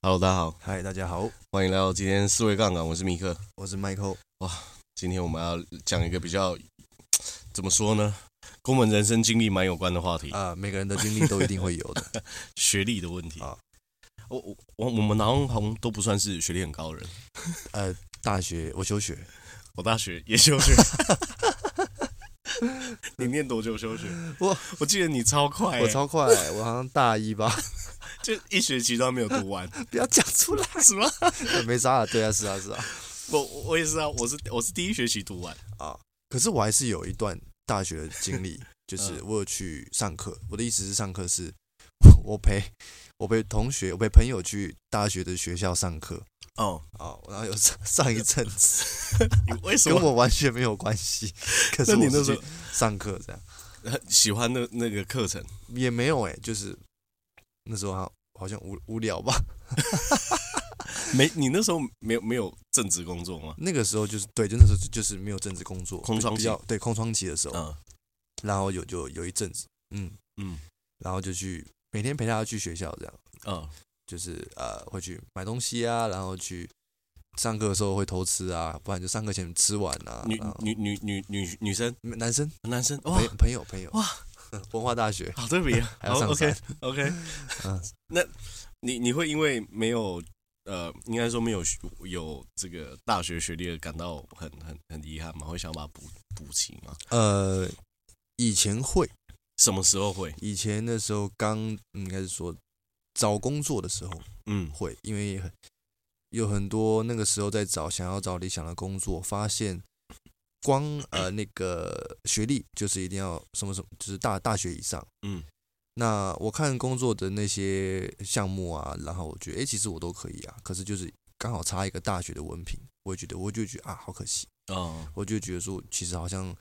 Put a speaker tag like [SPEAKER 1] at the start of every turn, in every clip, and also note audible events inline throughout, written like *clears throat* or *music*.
[SPEAKER 1] Hello，大家好，
[SPEAKER 2] 嗨，大家好，
[SPEAKER 1] 欢迎来到今天思维杠杆，我是米克。
[SPEAKER 2] 我是 Michael。
[SPEAKER 1] 今天我们要讲一个比较怎么说呢，跟我们人生经历蛮有关的话题，
[SPEAKER 2] 啊，每个人的经历都一定会
[SPEAKER 1] *laughs*
[SPEAKER 2] 有的。
[SPEAKER 1] 学历的问题。
[SPEAKER 2] 啊
[SPEAKER 1] 我我我我们好像好像都不算是学历很高的人，
[SPEAKER 2] 呃，大学我休学，
[SPEAKER 1] 我大学也休
[SPEAKER 2] *laughs*
[SPEAKER 1] 学。你念多久休学？
[SPEAKER 2] 我
[SPEAKER 1] 我记得你超快欸、
[SPEAKER 2] 我超快，我好像大一吧， *laughs*
[SPEAKER 1] 就一学期都还没有读完，
[SPEAKER 2] 不要讲出来，
[SPEAKER 1] 什么？
[SPEAKER 2] *laughs* 没啥啊，对啊，是啊，是啊，
[SPEAKER 1] 我我我也是啊，我是我是第一学期读完，
[SPEAKER 2] 啊，可是我还是有一段大学的
[SPEAKER 1] *laughs*
[SPEAKER 2] 经历，就是
[SPEAKER 1] 嗯
[SPEAKER 2] 我有去上课，我的意思是上课是， *laughs* 我陪我陪同学，我陪朋友去大学的学校上课
[SPEAKER 1] 哦，
[SPEAKER 2] 啊，然后有上上一阵子，
[SPEAKER 1] 你为 *laughs* 什
[SPEAKER 2] 跟
[SPEAKER 1] 么
[SPEAKER 2] 我完全没有
[SPEAKER 1] *laughs*
[SPEAKER 2] 关系，可是
[SPEAKER 1] 那你
[SPEAKER 2] 我
[SPEAKER 1] 那
[SPEAKER 2] 是
[SPEAKER 1] 时候
[SPEAKER 2] 去上课这样。
[SPEAKER 1] 很喜欢那那个课程？
[SPEAKER 2] 也没有哎、就是那时候好好像无无聊吧。
[SPEAKER 1] 没，你那时候没有没有正职工作吗？
[SPEAKER 2] 那个时候就是对，就那时候就就是没有正职工作，
[SPEAKER 1] 空窗期
[SPEAKER 2] 比较对空窗期的时候，
[SPEAKER 1] 嗯
[SPEAKER 2] 然后有就有一阵子，嗯，
[SPEAKER 1] 嗯
[SPEAKER 2] 然后就去每天陪他去学校，这样
[SPEAKER 1] 嗯，
[SPEAKER 2] 就是呃会去买东西啊，然后去上课的时候会偷吃啊，不然就上课前吃完啊。
[SPEAKER 1] 女
[SPEAKER 2] 然后
[SPEAKER 1] 女女女女女生
[SPEAKER 2] 男生
[SPEAKER 1] 男生哇
[SPEAKER 2] 朋，友朋友朋友
[SPEAKER 1] 哇，
[SPEAKER 2] 文化大学
[SPEAKER 1] 好特别啊！
[SPEAKER 2] 还要上山
[SPEAKER 1] OK *laughs* OK，
[SPEAKER 2] *laughs* 嗯
[SPEAKER 1] 那你你会因为没有呃，应该说没有学有这个大学学历而感到很很很遗憾吗？会想把它补补齐吗？
[SPEAKER 2] 呃，以前会，
[SPEAKER 1] 什么时候会？
[SPEAKER 2] 以前那时候刚嗯应该是说找工作的时候。
[SPEAKER 1] 嗯
[SPEAKER 2] 会，因为很有很多那个时候在找想要找理想的工作，发现光呃那个学历就是一定要什么什么，就是大大学以上。
[SPEAKER 1] 嗯，
[SPEAKER 2] 那我看工作的那些项目啊，然后我觉得诶，其实我都可以啊，可是就是刚好差一个大学的文凭，我也觉得我就觉得啊好可惜，
[SPEAKER 1] 哦
[SPEAKER 2] 我就觉得说其实好像。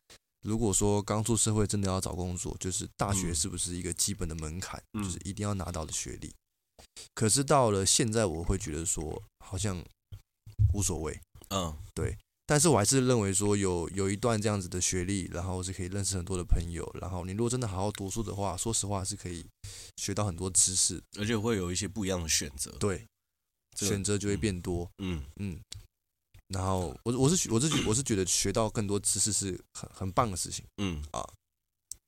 [SPEAKER 2] 如果说刚出社会真的要找工作，就是大学
[SPEAKER 1] 嗯
[SPEAKER 2] 是不是一个基本的门槛，
[SPEAKER 1] 嗯
[SPEAKER 2] 就是一定要拿到的学历？可是到了现在，我会觉得说好像无所谓，
[SPEAKER 1] 嗯
[SPEAKER 2] 但是我还是认为说有有一段这样子的学历，然后是可以认识很多的朋友，然后你如果真的好好读书的话，说实话是可以学到很多知识，
[SPEAKER 1] 而且会有一些不一样的选择。
[SPEAKER 2] 对，
[SPEAKER 1] 这
[SPEAKER 2] 选择就会
[SPEAKER 1] 嗯
[SPEAKER 2] 变多，
[SPEAKER 1] 嗯
[SPEAKER 2] 嗯。然后我我是我是觉我是觉得学到更多知识是很很棒的事情，
[SPEAKER 1] 嗯
[SPEAKER 2] 啊，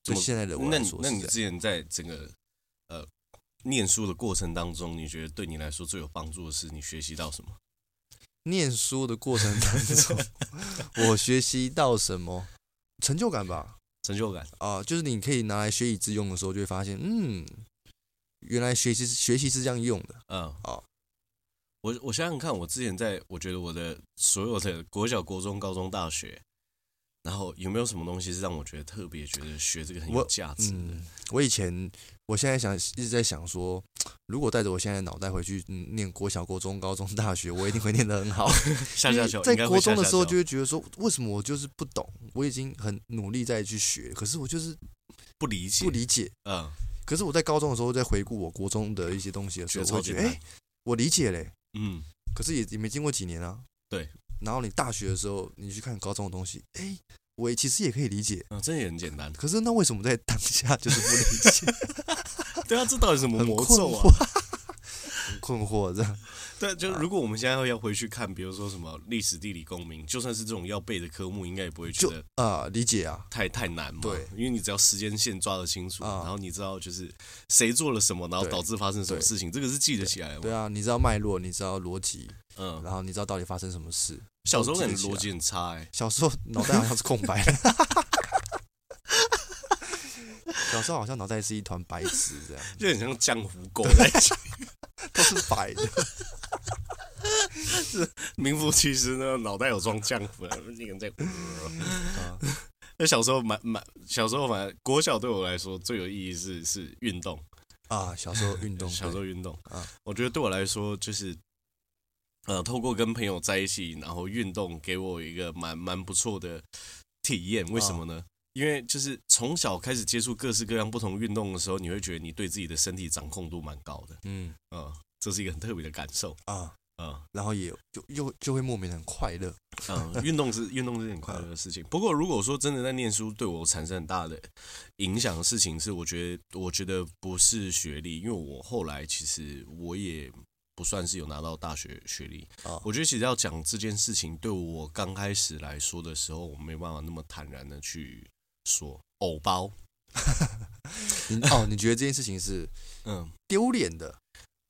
[SPEAKER 1] 怎
[SPEAKER 2] 对
[SPEAKER 1] 么
[SPEAKER 2] 现在的我
[SPEAKER 1] 那
[SPEAKER 2] 来
[SPEAKER 1] 你
[SPEAKER 2] 说
[SPEAKER 1] 那
[SPEAKER 2] 是
[SPEAKER 1] 你
[SPEAKER 2] 这样。
[SPEAKER 1] 之前在整个呃念书的过程当中，你觉得对你来说最有帮助的是你学习到什么？
[SPEAKER 2] 念书的过程当中，
[SPEAKER 1] *laughs*
[SPEAKER 2] 我学习到什么成就感吧？
[SPEAKER 1] 成就感？
[SPEAKER 2] 啊、就是你可以拿来学以致用的时候，就会发现，嗯，原来学习是学习是这样用的。
[SPEAKER 1] 嗯，
[SPEAKER 2] 好。
[SPEAKER 1] 我我想想看，我之前在我觉得我的所有的国小、国中、高中、大学，然后有没有什么东西是让我觉得特别觉得学这个很有
[SPEAKER 2] 我
[SPEAKER 1] 价值的？
[SPEAKER 2] 嗯，我以前，我现在想一直在想说，如果带着我现在的脑袋回去、嗯、念国小、国中、高中、大学，我一定会念得很好。
[SPEAKER 1] *laughs* 下
[SPEAKER 2] 因
[SPEAKER 1] 下
[SPEAKER 2] 为
[SPEAKER 1] 校
[SPEAKER 2] 在
[SPEAKER 1] 应该
[SPEAKER 2] 国
[SPEAKER 1] 会
[SPEAKER 2] 中
[SPEAKER 1] 下
[SPEAKER 2] 的
[SPEAKER 1] 下
[SPEAKER 2] 时候
[SPEAKER 1] 校
[SPEAKER 2] 就会觉得说，为什么我就是不懂？我已经很努力在去学，可是我就是
[SPEAKER 1] 不理解，
[SPEAKER 2] 不理解。
[SPEAKER 1] 嗯
[SPEAKER 2] 可是我在高中的时候，在回顾我国中的一些东西的时
[SPEAKER 1] 觉
[SPEAKER 2] 候，
[SPEAKER 1] 得
[SPEAKER 2] 我
[SPEAKER 1] 超
[SPEAKER 2] 会觉
[SPEAKER 1] 简
[SPEAKER 2] 得，
[SPEAKER 1] 单
[SPEAKER 2] 哎、，我理解嘞、
[SPEAKER 1] 嗯
[SPEAKER 2] 可是也也没经过几年啊。
[SPEAKER 1] 对。
[SPEAKER 2] 然后你大学的时候，你去看高中的东西，哎、我也其实也可以理解。
[SPEAKER 1] 嗯，真的也很简单。
[SPEAKER 2] 可是那为什么在当
[SPEAKER 1] *laughs*
[SPEAKER 2] 下就是不理解？
[SPEAKER 1] 对啊，这到底什么
[SPEAKER 2] 很
[SPEAKER 1] 魔
[SPEAKER 2] 困
[SPEAKER 1] 咒啊？
[SPEAKER 2] 惑，很困惑这样。
[SPEAKER 1] 对，就如果我们现在要回去看，比如说什么历史、地理、公民，就算是这种要背的科目，应该也不会觉
[SPEAKER 2] 就
[SPEAKER 1] 得
[SPEAKER 2] 啊、理解啊，
[SPEAKER 1] 太太难嘛。
[SPEAKER 2] 对，
[SPEAKER 1] 因为你只要时间线抓得清楚，
[SPEAKER 2] 啊
[SPEAKER 1] 然后你知道就是谁做了什么，然后
[SPEAKER 2] 对
[SPEAKER 1] 导致发生什么
[SPEAKER 2] 对
[SPEAKER 1] 事情，这个是记得起来的嘛。
[SPEAKER 2] 对啊，你知道脉络，你知道逻辑，
[SPEAKER 1] 嗯，
[SPEAKER 2] 然后你知道到底发生什么事。
[SPEAKER 1] 小时候
[SPEAKER 2] 记
[SPEAKER 1] 感
[SPEAKER 2] 得
[SPEAKER 1] 觉
[SPEAKER 2] 起
[SPEAKER 1] 逻
[SPEAKER 2] 来
[SPEAKER 1] 辑很差哎、
[SPEAKER 2] 小时候脑袋好像是空
[SPEAKER 1] *laughs*
[SPEAKER 2] 白的，小时候好像脑袋是一团白纸这样，
[SPEAKER 1] 就很像江湖狗在
[SPEAKER 2] 都是白的。
[SPEAKER 1] *laughs* 名副其实呢，脑袋有装浆糊，那个在。
[SPEAKER 2] 啊
[SPEAKER 1] 那小时候蛮蛮，小时候反正国小对我来说最有意义是是运动，
[SPEAKER 2] 啊，小时候运动，
[SPEAKER 1] 小时
[SPEAKER 2] 对
[SPEAKER 1] 候运动
[SPEAKER 2] 啊
[SPEAKER 1] 我觉得对我来说就是，呃，透过跟朋友在一起，然后运动给我一个蛮蛮不错的体验。为什么呢？因为就是从小开始接触各式各样不同运动的时候，你会觉得你对自己的身体掌控度蛮高的，
[SPEAKER 2] 嗯
[SPEAKER 1] 嗯，这是一个很特别的感受，
[SPEAKER 2] 啊，
[SPEAKER 1] 嗯。
[SPEAKER 2] 然后也就又就会莫名的很快乐。
[SPEAKER 1] 嗯，运动是运动是件快乐的事情。不过，如果说真的在念书对我产生很大的影响的事情，是我觉得我觉得不是学历，因为我后来其实我也不算是有拿到大学学历。
[SPEAKER 2] 啊
[SPEAKER 1] 我觉得其实要讲这件事情，对我刚开始来说的时候，我没办法那么坦然的去说“偶包
[SPEAKER 2] 你哦，你觉得这件事情是”。
[SPEAKER 1] *laughs* 嗯，
[SPEAKER 2] 丢脸的？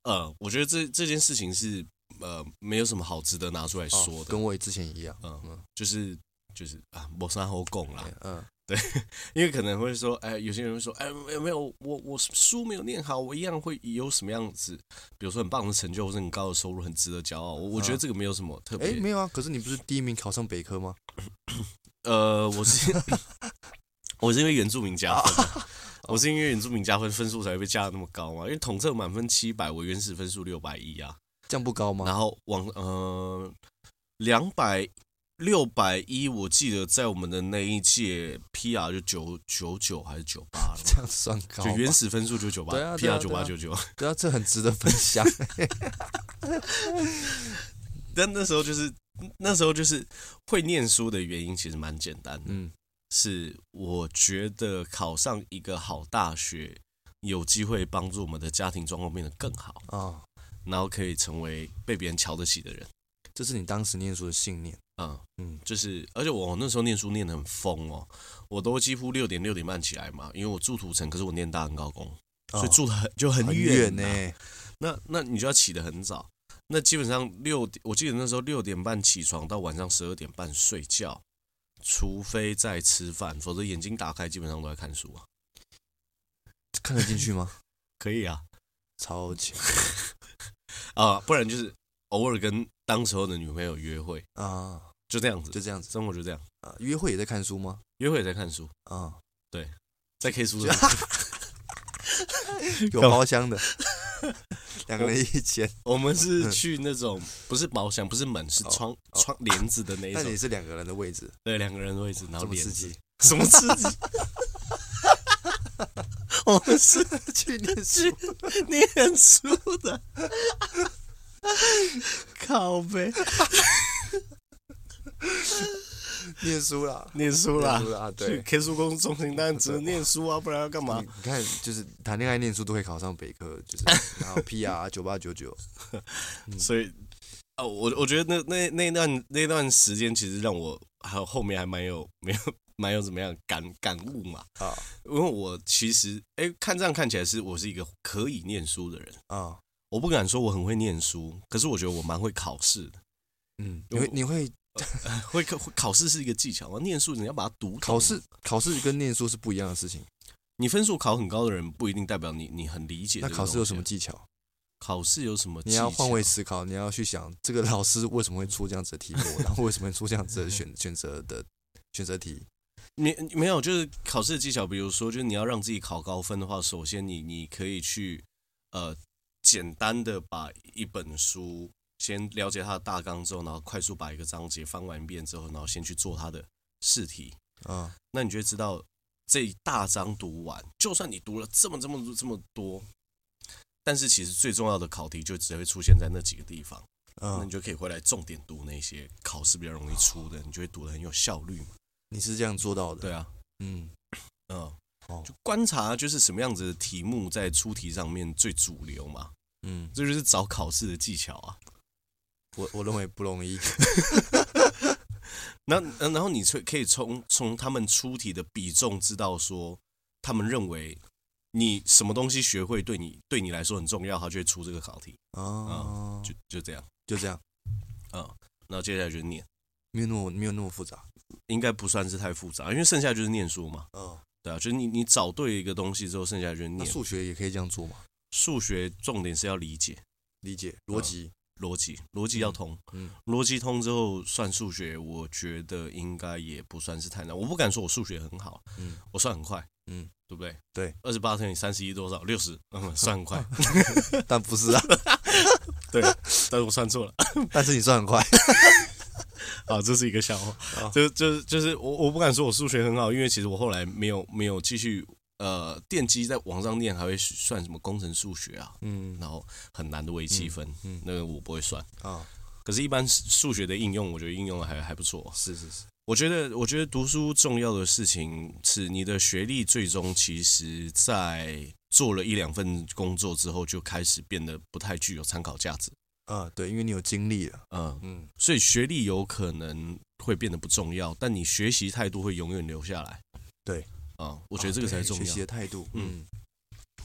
[SPEAKER 1] 呃，我觉得这这件事情是呃没有什么好值得拿出来
[SPEAKER 2] 哦
[SPEAKER 1] 说的，
[SPEAKER 2] 跟我之前一样。
[SPEAKER 1] 嗯
[SPEAKER 2] 嗯
[SPEAKER 1] 就是就是啊，我山好拱啦，
[SPEAKER 2] 嗯，
[SPEAKER 1] 因为可能会说，哎，有些人会说，哎，没有没有，我我书没有念好，我一样会有什么样子，比如说很棒的成就，或者很高的收入，很值得骄傲。我我觉得这个没有什么特别
[SPEAKER 2] 哎，，没有啊，可是你不是第一名考上北科吗？
[SPEAKER 1] 呃，我是我是因为原住民加分的，我是因为原住民加分分数才会被加的那么高嘛，因为统测满分七百，我原始分数六百一啊，
[SPEAKER 2] 这样不高吗？
[SPEAKER 1] 然后往呃两百六百一，610我记得在我们的那一届 PR 就九九九还是九八了。
[SPEAKER 2] 这样算高吧？
[SPEAKER 1] 就原始分数九九八
[SPEAKER 2] 对啊对
[SPEAKER 1] ，PR
[SPEAKER 2] 啊
[SPEAKER 1] 九
[SPEAKER 2] 对
[SPEAKER 1] 八
[SPEAKER 2] 啊
[SPEAKER 1] 九九，
[SPEAKER 2] 对啊，这很值得分享。
[SPEAKER 1] *laughs* 但那时候就是那时候就是会念书的原因，其实蛮简单的，
[SPEAKER 2] 嗯，
[SPEAKER 1] 是我觉得考上一个好大学，有机会帮助我们的家庭状况变得更好，
[SPEAKER 2] 啊，
[SPEAKER 1] 然后可以成为被别人瞧得起的人。
[SPEAKER 2] 这是你当时念书的信念。
[SPEAKER 1] 嗯嗯
[SPEAKER 2] 嗯，
[SPEAKER 1] 就是，而且我那时候念书念得很疯哦，我都几乎六点六点半起来嘛，因为我住土城，可是我念大安高工，所以
[SPEAKER 2] 哦
[SPEAKER 1] 住的很就很
[SPEAKER 2] 很欸
[SPEAKER 1] 远
[SPEAKER 2] 呢
[SPEAKER 1] 啊。 *laughs* 那那你就要起得很早。那基本上六点，我记得那时候六点半起床，到晚上十二点半睡觉，除非在吃饭，否则眼睛打开基本上都在看书啊。
[SPEAKER 2] 看得进去吗？
[SPEAKER 1] 可以啊，
[SPEAKER 2] 超强
[SPEAKER 1] 啊，不然就是偶尔跟当时候的女朋友约会，
[SPEAKER 2] 啊！
[SPEAKER 1] 就这样子，
[SPEAKER 2] 就这样子
[SPEAKER 1] 生活就这样，
[SPEAKER 2] 啊，约会也在看书吗？
[SPEAKER 1] 约会也在看书，
[SPEAKER 2] 啊，
[SPEAKER 1] 在 K 书
[SPEAKER 2] 就
[SPEAKER 1] 上，
[SPEAKER 2] 有包
[SPEAKER 1] *laughs*
[SPEAKER 2] 厢的，两个人一间，
[SPEAKER 1] 我们是去那种不是包厢，不是门，是
[SPEAKER 2] 哦
[SPEAKER 1] 窗窗帘子的那一
[SPEAKER 2] 但
[SPEAKER 1] 种
[SPEAKER 2] 也，是两个人的位置，
[SPEAKER 1] 对，两个人的位置，然
[SPEAKER 2] 这
[SPEAKER 1] 后
[SPEAKER 2] 么
[SPEAKER 1] 帘
[SPEAKER 2] 刺
[SPEAKER 1] 子，
[SPEAKER 2] 激。
[SPEAKER 1] 什么刺激？我们是
[SPEAKER 2] *laughs* 去念书
[SPEAKER 1] 是念书的，靠呗，
[SPEAKER 2] 念书啦，
[SPEAKER 1] 念书
[SPEAKER 2] 念
[SPEAKER 1] 啦
[SPEAKER 2] 书，啦，
[SPEAKER 1] 去
[SPEAKER 2] 对。
[SPEAKER 1] K 书公中心当然只能念书啊，不然要干嘛
[SPEAKER 2] 你？你看，就是谈恋爱、念书都会考上北科，
[SPEAKER 1] *laughs*
[SPEAKER 2] 就是然后 PR 九八九九，嗯
[SPEAKER 1] 所以，哦，我我觉得那那那段那段时间，其实让我还有后面还蛮有 *laughs* 没有蛮有怎么样感感悟嘛
[SPEAKER 2] 啊
[SPEAKER 1] 因为我其实哎、看这样看起来是我是一个可以念书的人，
[SPEAKER 2] 啊，
[SPEAKER 1] 我不敢说我很会念书，可是我觉得我蛮会考试的，
[SPEAKER 2] 嗯，你会你会
[SPEAKER 1] 会考会考试是一个技巧嘛，念书你要把它读懂啊
[SPEAKER 2] 考试考试跟念书是不一样的事情，
[SPEAKER 1] 你分数考很高的人，不一定代表你你很理解。
[SPEAKER 2] 那考试有什么？技巧？
[SPEAKER 1] 啊考试有什么技巧？
[SPEAKER 2] 你要换位思考，你要去想这个老师为什么会出这样子的题目，
[SPEAKER 1] *laughs*
[SPEAKER 2] 然后为什么会出这样子的选选择的选择题。
[SPEAKER 1] 没没有，就是考试的技巧，比如说，就是你要让自己考高分的话，首先你你可以去呃简单的把一本书先了解它的大纲之后，然后快速把一个章节翻完一遍之后，然后先去做它的试题。
[SPEAKER 2] 啊
[SPEAKER 1] 那你就会知道这一大章读完，就算你读了这么这么这么多，但是其实最重要的考题就只会出现在那几个地方。那
[SPEAKER 2] 啊
[SPEAKER 1] 你！就可以回来重点读那些考试比较容易出的，你就会读得很有效率嘛。
[SPEAKER 2] 你是这样做到的，
[SPEAKER 1] 对啊，
[SPEAKER 2] 嗯，
[SPEAKER 1] 嗯，
[SPEAKER 2] 哦
[SPEAKER 1] 就观察就是什么样子的题目在出题上面最主流嘛，
[SPEAKER 2] 嗯，
[SPEAKER 1] 这就是找考试的技巧啊。
[SPEAKER 2] 我我认为不
[SPEAKER 1] *laughs*
[SPEAKER 2] 容易，
[SPEAKER 1] 那呃然后你从可以从从他们出题的比重知道说，他们认为你什么东西学会对你对你来说很重要，他就会出这个考题，
[SPEAKER 2] 啊，
[SPEAKER 1] 就就这样。
[SPEAKER 2] 就这样，
[SPEAKER 1] 嗯，然后接下来就是念，
[SPEAKER 2] 没有那么没有那么复杂，
[SPEAKER 1] 应该不算是太复杂，因为剩下就是念书嘛。
[SPEAKER 2] 嗯，
[SPEAKER 1] 对啊，就是你你找对一个东西之后，剩下就是
[SPEAKER 2] 那
[SPEAKER 1] 念。
[SPEAKER 2] 数学也可以这样做嘛？
[SPEAKER 1] 数学重点是要理解
[SPEAKER 2] 理解逻辑，
[SPEAKER 1] 逻辑，逻辑要通。
[SPEAKER 2] 嗯，
[SPEAKER 1] 逻辑通之后算数学，我觉得应该也不算是太难。我不敢说我数学很好，
[SPEAKER 2] 嗯，
[SPEAKER 1] 我算很快，
[SPEAKER 2] 嗯，
[SPEAKER 1] 对不对？
[SPEAKER 2] 对，
[SPEAKER 1] 二十八乘以三十一多少？六十，嗯，算很
[SPEAKER 2] *laughs*
[SPEAKER 1] 快。
[SPEAKER 2] 但
[SPEAKER 1] *laughs*
[SPEAKER 2] 不是啊，
[SPEAKER 1] 对， *laughs* 但是我算错了。
[SPEAKER 2] 但是你算很快，
[SPEAKER 1] 啊，这是一个笑话。
[SPEAKER 2] 好
[SPEAKER 1] 就就就是我我不敢说我数学很好，因为其实我后来没有没有继续呃电机在网上念，还会算什么工程数学啊，
[SPEAKER 2] 嗯
[SPEAKER 1] 然后很难的微积分，
[SPEAKER 2] 嗯
[SPEAKER 1] 那个我不会算。
[SPEAKER 2] 啊，
[SPEAKER 1] 可是，一般数学的应用，我觉得应用得还还不错。
[SPEAKER 2] 是是是，
[SPEAKER 1] 我觉得，我觉得读书重要的事情是，你的学历最终其实，在做了一两份工作之后，就开始变得不太具有参考价值。
[SPEAKER 2] 啊，对，因为你有经历了，
[SPEAKER 1] 嗯，
[SPEAKER 2] 嗯，
[SPEAKER 1] 所以学历有可能会变得不重要，但你学习态度会永远留下来。
[SPEAKER 2] 对，
[SPEAKER 1] 啊、我觉得这个才
[SPEAKER 2] 对
[SPEAKER 1] 重
[SPEAKER 2] 学习
[SPEAKER 1] 要。
[SPEAKER 2] 的态度，
[SPEAKER 1] 嗯
[SPEAKER 2] 嗯，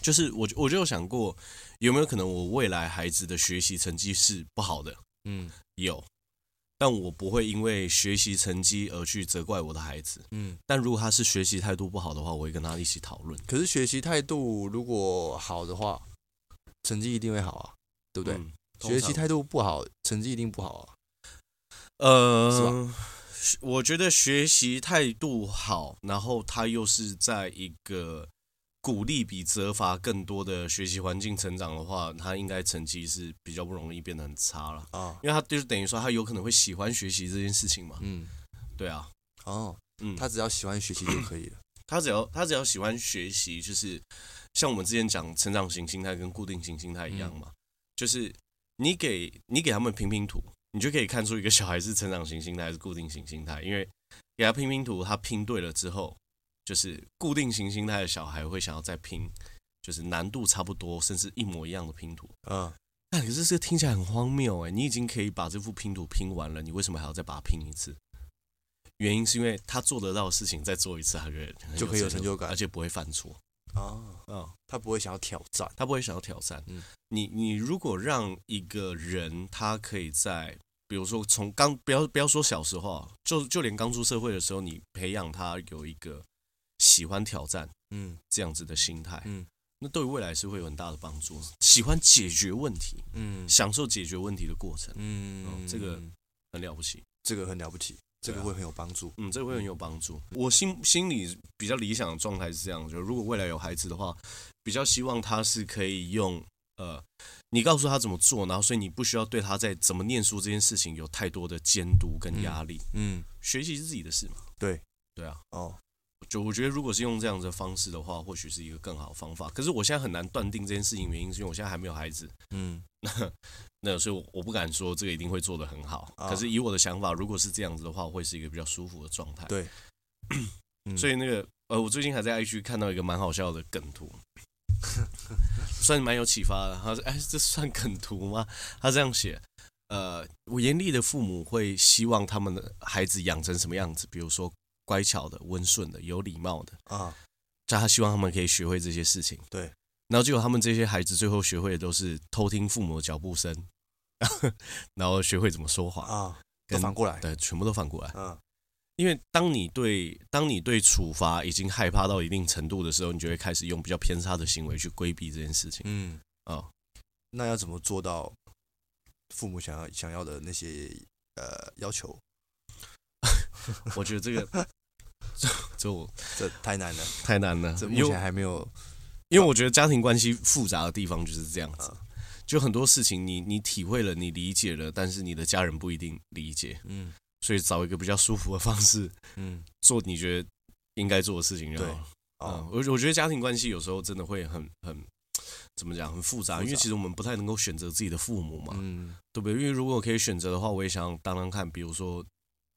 [SPEAKER 1] 就是我我就有想过，有没有可能我未来孩子的学习成绩是不好的？
[SPEAKER 2] 嗯
[SPEAKER 1] 有，但我不会因为学习成绩而去责怪我的孩子。
[SPEAKER 2] 嗯。
[SPEAKER 1] 但如果他是学习态度不好的话，我会跟他一起讨论。
[SPEAKER 2] 可是学习态度如果好的话，成绩一定会好啊，对不对？
[SPEAKER 1] 嗯
[SPEAKER 2] 学习
[SPEAKER 1] 通常
[SPEAKER 2] 态度不好，成绩一定不好啊。
[SPEAKER 1] 呃，学我觉得学习态度好，然后他又是在一个鼓励比责罚更多的学习环境成长的话，他应该成绩是比较不容易变得很差了。
[SPEAKER 2] 啊，
[SPEAKER 1] 因为他就是等于说，他有可能会喜欢学习这件事情嘛。
[SPEAKER 2] 嗯，
[SPEAKER 1] 对啊，
[SPEAKER 2] 哦，
[SPEAKER 1] 嗯，
[SPEAKER 2] 他只要喜欢学习就可以了。
[SPEAKER 1] *coughs* 他只要他只要喜欢学习，就是像我们之前讲成长型心态跟固定型心态一样嘛，就是你给你给他们拼拼图，你就可以看出一个小孩是成长型心态还是固定型心态，因为给他拼拼图，他拼对了之后，就是固定型心态的小孩会想要再拼，就是难度差不多甚至一模一样的拼图。
[SPEAKER 2] 嗯，
[SPEAKER 1] 但可是这个听起来很荒谬哎、你已经可以把这幅拼图拼完了，你为什么还要再把它拼一次？原因是因为他做得到的事情再做一次，他觉得
[SPEAKER 2] 就可以有成就感
[SPEAKER 1] 而且不会犯错。
[SPEAKER 2] 哦，
[SPEAKER 1] 嗯，
[SPEAKER 2] 他不会想要挑战。
[SPEAKER 1] 他不会想要挑战。
[SPEAKER 2] 嗯
[SPEAKER 1] 你你如果让一个人他可以在，比如说从刚不要不要说小时候啊，就就连刚出社会的时候，你培养他有一个喜欢挑战
[SPEAKER 2] 嗯
[SPEAKER 1] 这样子的心态，
[SPEAKER 2] 嗯
[SPEAKER 1] 那对未来是会有很大的帮助。喜欢解决问题，
[SPEAKER 2] 嗯
[SPEAKER 1] 享受解决问题的过程，
[SPEAKER 2] 嗯
[SPEAKER 1] 哦这个很了不起。
[SPEAKER 2] 这个很了不起，这个
[SPEAKER 1] 对啊
[SPEAKER 2] 会很有帮助。
[SPEAKER 1] 嗯，这个会很有帮助。我心心里比较理想的状态是这样，就如果未来有孩子的话，比较希望他是可以用呃，你告诉他怎么做，然后所以你不需要对他在怎么念书这件事情有太多的监督跟压力。
[SPEAKER 2] 嗯，
[SPEAKER 1] 学习是自己的事嘛。
[SPEAKER 2] 对
[SPEAKER 1] 对啊，
[SPEAKER 2] 哦，
[SPEAKER 1] 就我觉得如果是用这样子的方式的话，或许是一个更好的方法。可是我现在很难断定这件事情原因，是因为我现在还没有孩子，
[SPEAKER 2] 嗯
[SPEAKER 1] 那所以我我不敢说这个一定会做得很好。
[SPEAKER 2] 啊
[SPEAKER 1] 可是以我的想法，如果是这样子的话，会是一个比较舒服的状态。
[SPEAKER 2] 对
[SPEAKER 1] *coughs*
[SPEAKER 2] 嗯
[SPEAKER 1] 所以那个呃，我最近还在 IG 看到一个蛮好笑的梗图， *laughs* 算蛮有启发的。他说：“哎，这算梗图吗？”他这样写：呃，我严厉的父母会希望他们的孩子养成什么样子？比如说乖巧的、温顺的、有礼貌的，
[SPEAKER 2] 啊，
[SPEAKER 1] 但他希望他们可以学会这些事情。
[SPEAKER 2] 对。
[SPEAKER 1] 然后结果他们这些孩子最后学会的都是偷听父母的脚步声， *laughs* 然后学会怎么说话，
[SPEAKER 2] 啊，
[SPEAKER 1] 跟
[SPEAKER 2] 都反过来，
[SPEAKER 1] 对，全部都反过来。
[SPEAKER 2] 嗯
[SPEAKER 1] 因为当你对当你对处罚已经害怕到一定程度的时候，你就会开始用比较偏差的行为去规避这件事情
[SPEAKER 2] 嗯，
[SPEAKER 1] 啊、
[SPEAKER 2] 那要怎么做到父母想要想要的那些呃要求？
[SPEAKER 1] 我觉得这个 *laughs* 这这我
[SPEAKER 2] 这太难 *laughs* 了，
[SPEAKER 1] 太难了，
[SPEAKER 2] 这
[SPEAKER 1] 因
[SPEAKER 2] 目前
[SPEAKER 1] 为
[SPEAKER 2] 还没有
[SPEAKER 1] 因为我觉得家庭关系复杂的地方就是这样子
[SPEAKER 2] 啊，
[SPEAKER 1] 就很多事情你你体会了，你理解了，但是你的家人不一定理解，
[SPEAKER 2] 嗯
[SPEAKER 1] 所以找一个比较舒服的方式
[SPEAKER 2] 嗯
[SPEAKER 1] 做你觉得应该做的事情就好
[SPEAKER 2] 对
[SPEAKER 1] 了。嗯
[SPEAKER 2] 哦，
[SPEAKER 1] 我我觉得家庭关系有时候真的会很很怎么讲，很复杂，
[SPEAKER 2] 复杂
[SPEAKER 1] 因为其实我们不太能够选择自己的父母嘛，
[SPEAKER 2] 嗯，
[SPEAKER 1] 对不对？因为如果可以选择的话，我也想当当看，比如说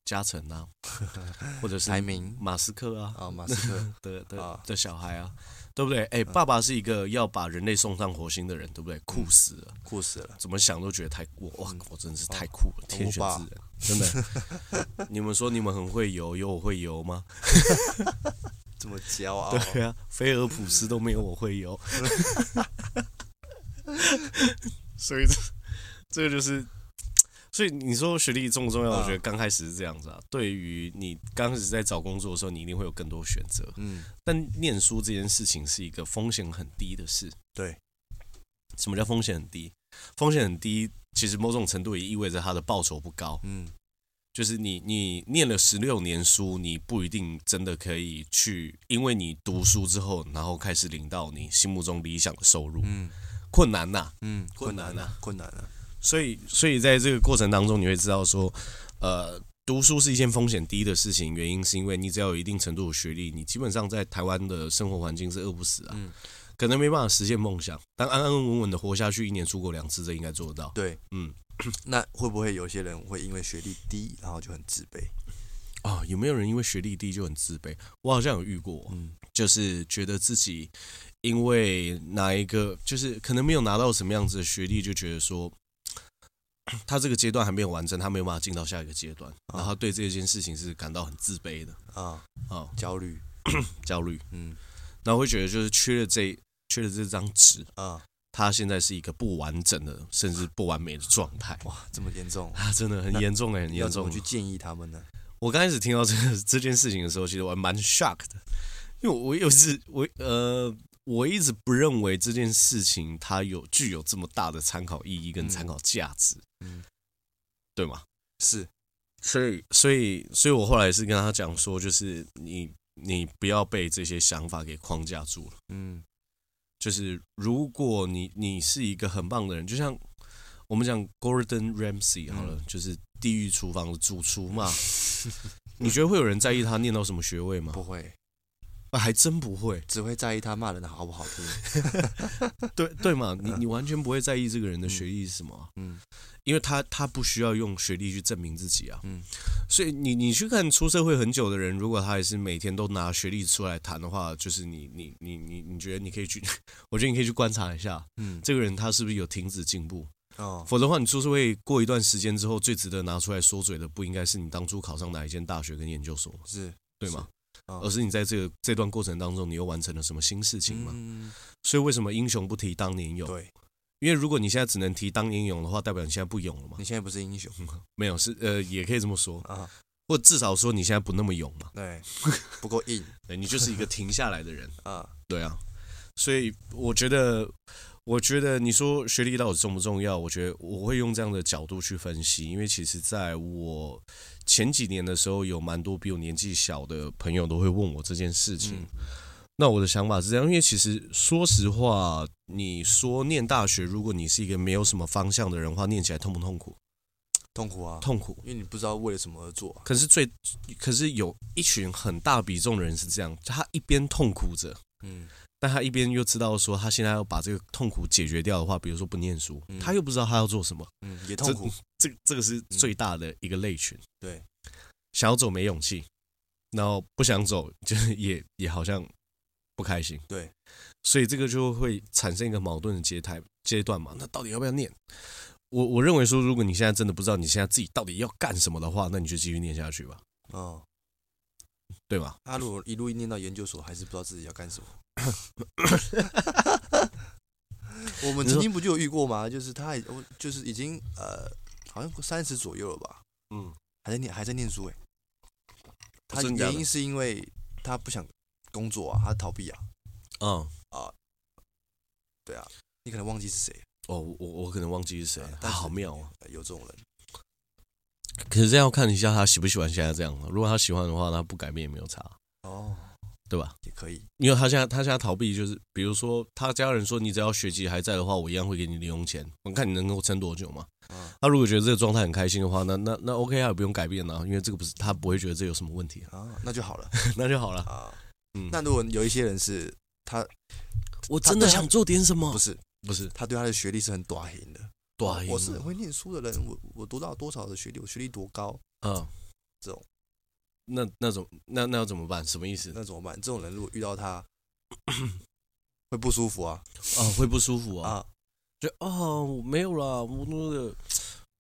[SPEAKER 1] 嘉诚啊， *laughs* 或者是
[SPEAKER 2] 排名
[SPEAKER 1] 马斯克啊
[SPEAKER 2] 啊，马斯克
[SPEAKER 1] 的的
[SPEAKER 2] 啊嗯
[SPEAKER 1] 的小孩啊，对不对？哎，爸爸是一个要把人类送上火星的人，对不对？酷死了，
[SPEAKER 2] 酷死了， *laughs*
[SPEAKER 1] 怎么想都觉得太我哇
[SPEAKER 2] 嗯，哦
[SPEAKER 1] 我真的是太酷了，天选之人，真的。 *laughs* 你们说你们很会游，有我会游吗？
[SPEAKER 2] 这么骄傲，
[SPEAKER 1] 对啊，菲尔普斯都没有我会游， *laughs* 所以这这个就是，嗯所以你说学历重不重要？
[SPEAKER 2] 啊
[SPEAKER 1] 我觉得刚开始是这样子啊。对于你刚开始在找工作的时候，你一定会有更多选择，
[SPEAKER 2] 嗯
[SPEAKER 1] 但念书这件事情是一个风险很低的事。
[SPEAKER 2] 对，
[SPEAKER 1] 什么叫风险很低？风险很低，其实某种程度也意味着它的报酬不高。
[SPEAKER 2] 嗯
[SPEAKER 1] 就是你你念了十六年书，你不一定真的可以去，因为你读书之后，然后开始领到你心目中理想的收入，
[SPEAKER 2] 嗯
[SPEAKER 1] 困难呐、
[SPEAKER 2] 嗯，
[SPEAKER 1] 困难啊
[SPEAKER 2] 啊，困难啊，
[SPEAKER 1] 所以所以在这个过程当中，你会知道说，呃，读书是一件风险低的事情，原因是因为你只要有一定程度的学历，你基本上在台湾的生活环境是饿不死啊。
[SPEAKER 2] 嗯
[SPEAKER 1] 可能没办法实现梦想，但安安稳稳的活下去，一年出国两次，这应该做得到。
[SPEAKER 2] 对，
[SPEAKER 1] 嗯，
[SPEAKER 2] 那会不会有些人会因为学历低，然后就很自卑？
[SPEAKER 1] 啊、有没有人因为学历低就很自卑？我好像有遇过，
[SPEAKER 2] 嗯
[SPEAKER 1] 就是觉得自己因为哪一个，就是可能没有拿到什么样子的学历，就觉得说，他这个阶段还没有完成，他没有办法进到下一个阶段，
[SPEAKER 2] 啊
[SPEAKER 1] 然后他对这件事情是感到很自卑的，
[SPEAKER 2] 啊，
[SPEAKER 1] 哦，
[SPEAKER 2] 焦虑，
[SPEAKER 1] 焦虑，
[SPEAKER 2] 嗯
[SPEAKER 1] 然后会觉得就是缺了这缺了这张纸，
[SPEAKER 2] 啊，
[SPEAKER 1] 他现在是一个不完整的，甚至不完美的状态。
[SPEAKER 2] 哇，这么严重，
[SPEAKER 1] 啊，真的很严重哎、很
[SPEAKER 2] 你要
[SPEAKER 1] 严
[SPEAKER 2] 怎
[SPEAKER 1] 重
[SPEAKER 2] 么。去建议他们呢？
[SPEAKER 1] 我刚开始听到这个 *laughs* 这件事情的时候，其实我还蛮 shock 的，因为我又是我呃，我一直不认为这件事情它有具有这么大的参考意义跟
[SPEAKER 2] 嗯
[SPEAKER 1] 参考价值，
[SPEAKER 2] 嗯
[SPEAKER 1] 对吗？
[SPEAKER 2] 是，
[SPEAKER 1] 所以，所以，所以我后来是跟他讲说，就是你你不要被这些想法给框架住了。
[SPEAKER 2] 嗯
[SPEAKER 1] 就是如果你你是一个很棒的人，就像我们讲 Gordon Ramsay
[SPEAKER 2] 嗯
[SPEAKER 1] 好了，就是地狱厨房的主厨嘛， *laughs* 你觉得会有人在意他念到什么学位吗？
[SPEAKER 2] 不会，
[SPEAKER 1] 啊还真不会， *laughs*
[SPEAKER 2] 只会在意他骂人的好不好听。
[SPEAKER 1] 对对嘛，你你完全不会在意这个人的学历是什么啊、
[SPEAKER 2] 嗯
[SPEAKER 1] 因为他他不需要用学历去证明自己啊。
[SPEAKER 2] 嗯
[SPEAKER 1] 所以你你去看出社会很久的人，如果他也是每天都拿学历出来谈的话，就是你你你你你觉得你可以去， *laughs* 我觉得你可以去观察一下
[SPEAKER 2] 嗯，
[SPEAKER 1] 这个人他是不是有停止进步，
[SPEAKER 2] 哦，
[SPEAKER 1] 否则的话，你出社会过一段时间之后，最值得拿出来说嘴的，不应该是你当初考上哪一间大学跟研究所，
[SPEAKER 2] 是，
[SPEAKER 1] 对吗？
[SPEAKER 2] 哦
[SPEAKER 1] 而是啊你在这个这段过程当中，你又完成了什么新事情嘛？
[SPEAKER 2] 嗯，
[SPEAKER 1] 所以为什么英雄不提当年勇？
[SPEAKER 2] 对，
[SPEAKER 1] 因为如果你现在只能提当年勇的话，代表你现在不勇了嘛
[SPEAKER 2] 你？现在不是英雄
[SPEAKER 1] 没有，是呃，也可以这么说，
[SPEAKER 2] 啊，
[SPEAKER 1] 或至少说你现在不那么勇嘛，
[SPEAKER 2] 对，不够硬
[SPEAKER 1] 对你就是一 *laughs* 个停下来的人，
[SPEAKER 2] 啊，
[SPEAKER 1] 对啊。所以我觉得，我觉得你说学历到底重不重要？我觉得我会用这样的角度去分析，因为其实在我前几年的时候，有蛮多比我年纪小的朋友都会问我这件事情。
[SPEAKER 2] 嗯
[SPEAKER 1] 那我的想法是这样，因为其实说实话，你说念大学，如果你是一个没有什么方向的人的话，念起来痛不痛苦？
[SPEAKER 2] 痛苦啊，
[SPEAKER 1] 痛苦。
[SPEAKER 2] 因为你不知道为了什么而做啊，
[SPEAKER 1] 可是最，可是有一群很大比重的人是这样，他一边痛苦着，
[SPEAKER 2] 嗯
[SPEAKER 1] 但他一边又知道说他现在要把这个痛苦解决掉的话，比如说不念书，
[SPEAKER 2] 嗯
[SPEAKER 1] 他又不知道他要做什么，
[SPEAKER 2] 嗯，也痛苦，
[SPEAKER 1] 这这个是最大的一个类群。
[SPEAKER 2] 对，
[SPEAKER 1] 想要走没勇气，然后不想走就是 *laughs* 也也好像不开心，
[SPEAKER 2] 对，
[SPEAKER 1] 所以这个就会产生一个矛盾的阶台阶段嘛。那到底要不要念？我我认为说，如果你现在真的不知道你现在自己到底要干什么的话，那你就继续念下去吧，
[SPEAKER 2] 哦，
[SPEAKER 1] 对吧？
[SPEAKER 2] 他如果一路念到研究所，还是不知道自己要干什么。我们曾经不就有遇过吗？就是他已，我就是已经呃，好像三十左右了吧，
[SPEAKER 1] 嗯，
[SPEAKER 2] 还在念还在念书哎、他
[SPEAKER 1] 真的假
[SPEAKER 2] 原
[SPEAKER 1] 的
[SPEAKER 2] 因是因为他不想工作啊，他逃避啊，
[SPEAKER 1] 嗯，
[SPEAKER 2] 对啊，你可能忘记是谁，
[SPEAKER 1] 哦，我我我可能忘记是谁了，他
[SPEAKER 2] 但是
[SPEAKER 1] 好妙啊！
[SPEAKER 2] 呃有这种人，
[SPEAKER 1] 可是这样要看一下他喜不喜欢现在这样了。如果他喜欢的话，那他不改变也没有差，
[SPEAKER 2] 哦，
[SPEAKER 1] 对吧？
[SPEAKER 2] 也可以，
[SPEAKER 1] 因为他现在他现在逃避就是，比如说他家人说你只要学籍还在的话，我一样会给你零用钱，我看你能够撑多久嘛。
[SPEAKER 2] 嗯
[SPEAKER 1] 他如果觉得这个状态很开心的话，那那那 OK 啊，也不用改变啊，因为这个不是他不会觉得这有什么问题、 *laughs* 啊，
[SPEAKER 2] 啊，那就好了
[SPEAKER 1] 那就好了。
[SPEAKER 2] 啊。
[SPEAKER 1] 嗯，
[SPEAKER 2] 那如果有一些人是
[SPEAKER 1] 我真的
[SPEAKER 2] 他
[SPEAKER 1] 想做点什么，
[SPEAKER 2] 不是
[SPEAKER 1] 不是啊
[SPEAKER 2] 他对他的学历是很短行的？
[SPEAKER 1] 哦短
[SPEAKER 2] 我是很会念书的人，我我读到多少的学历，我学历多高，
[SPEAKER 1] 嗯
[SPEAKER 2] 这种
[SPEAKER 1] 那那种那那要怎么办？什么意思？
[SPEAKER 2] 那怎么办？这种人如果遇到他，会不舒服啊
[SPEAKER 1] 啊，会不舒服啊。 *laughs*
[SPEAKER 2] 啊！
[SPEAKER 1] 就哦，我没有啦，我那个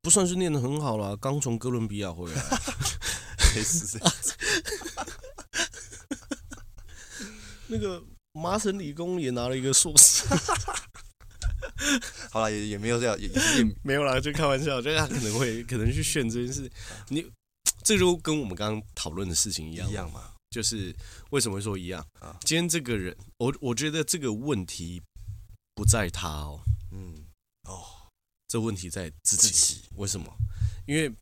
[SPEAKER 1] 不算是念的很好啦，刚从哥伦比亚回来。
[SPEAKER 2] 类似这
[SPEAKER 1] *laughs* 那个麻省理工也拿了一个硕 *laughs* 士，
[SPEAKER 2] 好了，也也没有这样，也也也
[SPEAKER 1] 没有啦，就开玩笑，就他可能会可能去炫这件事。你这就跟我们刚刚讨论的事情一样，
[SPEAKER 2] 一样嘛。
[SPEAKER 1] 就是为什么会说一样
[SPEAKER 2] 啊？
[SPEAKER 1] 今天这个人，我我觉得这个问题不在他哦，
[SPEAKER 2] 嗯，哦，
[SPEAKER 1] 这问题在自
[SPEAKER 2] 自
[SPEAKER 1] 己。
[SPEAKER 2] 己
[SPEAKER 1] 为什么？因为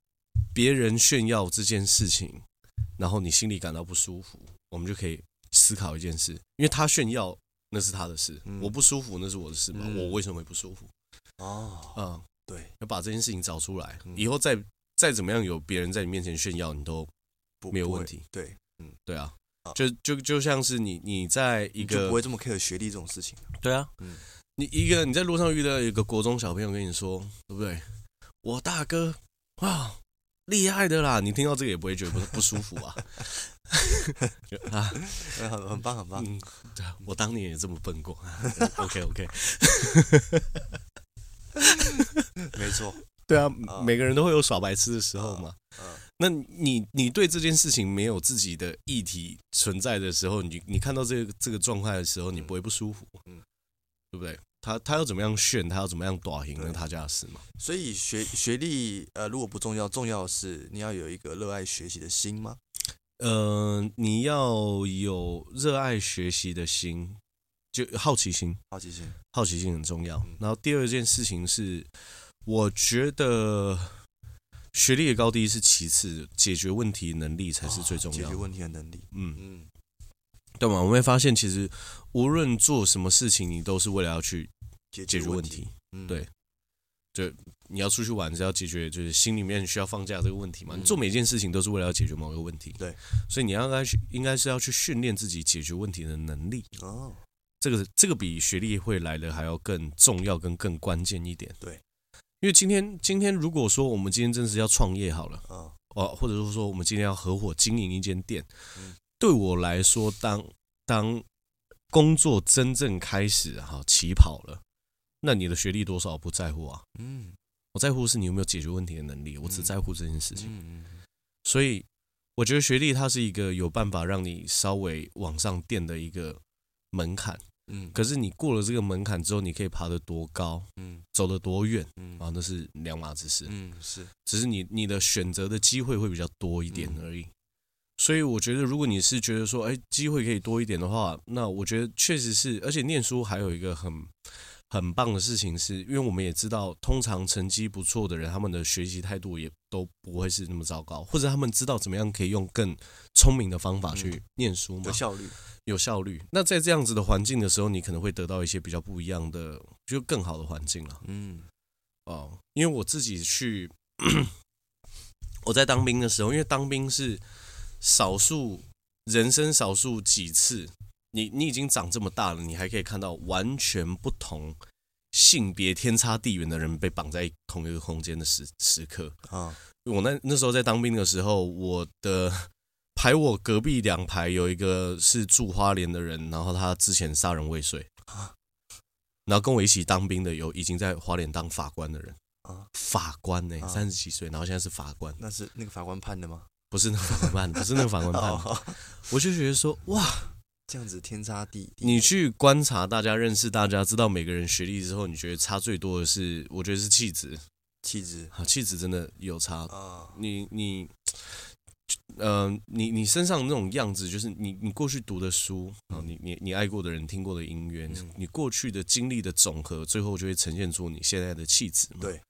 [SPEAKER 1] 别人炫耀这件事情，然后你心里感到不舒服，我们就可以思考一件事：因为他炫耀那是他的事，
[SPEAKER 2] 嗯
[SPEAKER 1] 我不舒服那是我的事嘛，
[SPEAKER 2] 嗯
[SPEAKER 1] 我为什么会不舒服？
[SPEAKER 2] 哦，
[SPEAKER 1] 嗯，
[SPEAKER 2] 对，
[SPEAKER 1] 要把这件事情找出来，
[SPEAKER 2] 嗯
[SPEAKER 1] 以后再再怎么样有别人在你面前炫耀，你都
[SPEAKER 2] 不
[SPEAKER 1] 没有
[SPEAKER 2] 不会
[SPEAKER 1] 问题
[SPEAKER 2] 对，
[SPEAKER 1] 对啊
[SPEAKER 2] 啊，
[SPEAKER 1] 就就就像是你你在一
[SPEAKER 2] 你就
[SPEAKER 1] 个
[SPEAKER 2] 不会这么 care 学历这种事情。
[SPEAKER 1] 对啊，
[SPEAKER 2] 嗯
[SPEAKER 1] 你一个你在路上遇到一个国中小朋友跟你说，对不对？我大哥啊，厉害的啦！你听到这个也不会觉得不 *laughs* 不舒服啊。就啊，
[SPEAKER 2] 嗯很很棒，很棒。
[SPEAKER 1] 嗯，对啊我当年也这么笨过。OK OK，
[SPEAKER 2] 没错，
[SPEAKER 1] 对啊
[SPEAKER 2] 啊，
[SPEAKER 1] 每个人都会有耍白痴的时候嘛。
[SPEAKER 2] 嗯
[SPEAKER 1] 那你你对这件事情没有自己的议题存在的时候，你你看到这个这个状态的时候，你不会不舒服，
[SPEAKER 2] 嗯
[SPEAKER 1] 对不对？他他要怎么样炫，他要怎么样打赢，
[SPEAKER 2] 对
[SPEAKER 1] 那他家的事嘛。
[SPEAKER 2] 所以学学历呃，如果不重要，重要的是你要有一个热爱学习的心吗？
[SPEAKER 1] 呃，你要有热爱学习的心，就好奇心，
[SPEAKER 2] 好奇心，
[SPEAKER 1] 好奇心很重要
[SPEAKER 2] 嗯。
[SPEAKER 1] 然后第二件事情是，我觉得学历的高低是其次，解决问题能力才是最重
[SPEAKER 2] 哦解
[SPEAKER 1] 要
[SPEAKER 2] 决
[SPEAKER 1] 的。
[SPEAKER 2] 问题的能力。
[SPEAKER 1] 嗯，
[SPEAKER 2] 嗯，
[SPEAKER 1] 对嘛？我们会发现，其实无论做什么事情，你都是为了要去
[SPEAKER 2] 解
[SPEAKER 1] 解决问
[SPEAKER 2] 问
[SPEAKER 1] 题。。
[SPEAKER 2] 嗯，
[SPEAKER 1] 对你要出去玩是要解决，就是心里面需要放假这个问题嘛。
[SPEAKER 2] 嗯
[SPEAKER 1] 你做每件事情都是为了要解决某个问题。
[SPEAKER 2] 对，
[SPEAKER 1] 所以你要应该去，应该是要去训练自己解决问题的能力。
[SPEAKER 2] 哦，
[SPEAKER 1] 这个这个比学历会来的还要更重要跟更关键一点。
[SPEAKER 2] 对，
[SPEAKER 1] 因为今天今天如果说我们今天真是要创业好了，
[SPEAKER 2] 哦，
[SPEAKER 1] 哦，或者是说我们今天要合伙经营一间店，
[SPEAKER 2] 嗯
[SPEAKER 1] 对我来说，当当工作真正开始哈起跑了，那你的学历多少不在乎啊，
[SPEAKER 2] 嗯，
[SPEAKER 1] 我在乎是你有没有解决问题的能力，我只在乎这件事情。
[SPEAKER 2] 嗯嗯
[SPEAKER 1] 所以我觉得学历它是一个有办法让你稍微往上垫的一个门槛。
[SPEAKER 2] 嗯，
[SPEAKER 1] 可是你过了这个门槛之后，你可以爬得多高，
[SPEAKER 2] 嗯
[SPEAKER 1] 走得多远
[SPEAKER 2] 嗯
[SPEAKER 1] 啊，那是两码子事。
[SPEAKER 2] 嗯是，
[SPEAKER 1] 只是你你的选择的机会会比较多一点
[SPEAKER 2] 嗯
[SPEAKER 1] 而已。所以我觉得，如果你是觉得说，哎，机会可以多一点的话，那我觉得确实是。而且念书还有一个很很棒的事情是，因为我们也知道，通常成绩不错的人，他们的学习态度也都不会是那么糟糕，或者他们知道怎么样可以用更聪明的方法去
[SPEAKER 2] 嗯
[SPEAKER 1] 念书嘛。
[SPEAKER 2] 有效率。
[SPEAKER 1] 有效率。那在这样子的环境的时候，你可能会得到一些比较不一样的，就更好的环境了
[SPEAKER 2] 嗯
[SPEAKER 1] 哦。因为我自己去， *clears throat* 我在当兵的时候，因为当兵是少数人生少数几次，你你已经长这么大了，你还可以看到完全不同性别天差地远的人被绑在同一个空间的时时刻。
[SPEAKER 2] 啊，
[SPEAKER 1] 我那那时候在当兵的时候，我的 *laughs* 排我隔壁两排有一个是住花莲的人，然后他之前杀人未遂
[SPEAKER 2] 啊，
[SPEAKER 1] 然后跟我一起当兵的有已经在花莲当法官的人
[SPEAKER 2] 啊
[SPEAKER 1] 法官呢、
[SPEAKER 2] 啊
[SPEAKER 1] 三十几岁，然后现在是法官，
[SPEAKER 2] 那是那个法官判的吗？
[SPEAKER 1] 不是那个法官
[SPEAKER 2] *laughs*
[SPEAKER 1] 判的，不是那个法官判的，
[SPEAKER 2] 哦，
[SPEAKER 1] 我就觉得说哇，
[SPEAKER 2] 这样子天差地地。
[SPEAKER 1] 你去观察大家、认识大家，知道每个人学历之后，你觉得差最多的是，我觉得是气质
[SPEAKER 2] 气质
[SPEAKER 1] 啊，气质真的有差
[SPEAKER 2] 啊，
[SPEAKER 1] 你你，呃，你你身上那种样子，就是你你过去读的书啊，
[SPEAKER 2] 嗯
[SPEAKER 1] 你你你爱过的人、听过的音乐，
[SPEAKER 2] 嗯
[SPEAKER 1] 你过去的经历的总和，最后就会呈现出你现在的气质嘛。
[SPEAKER 2] 对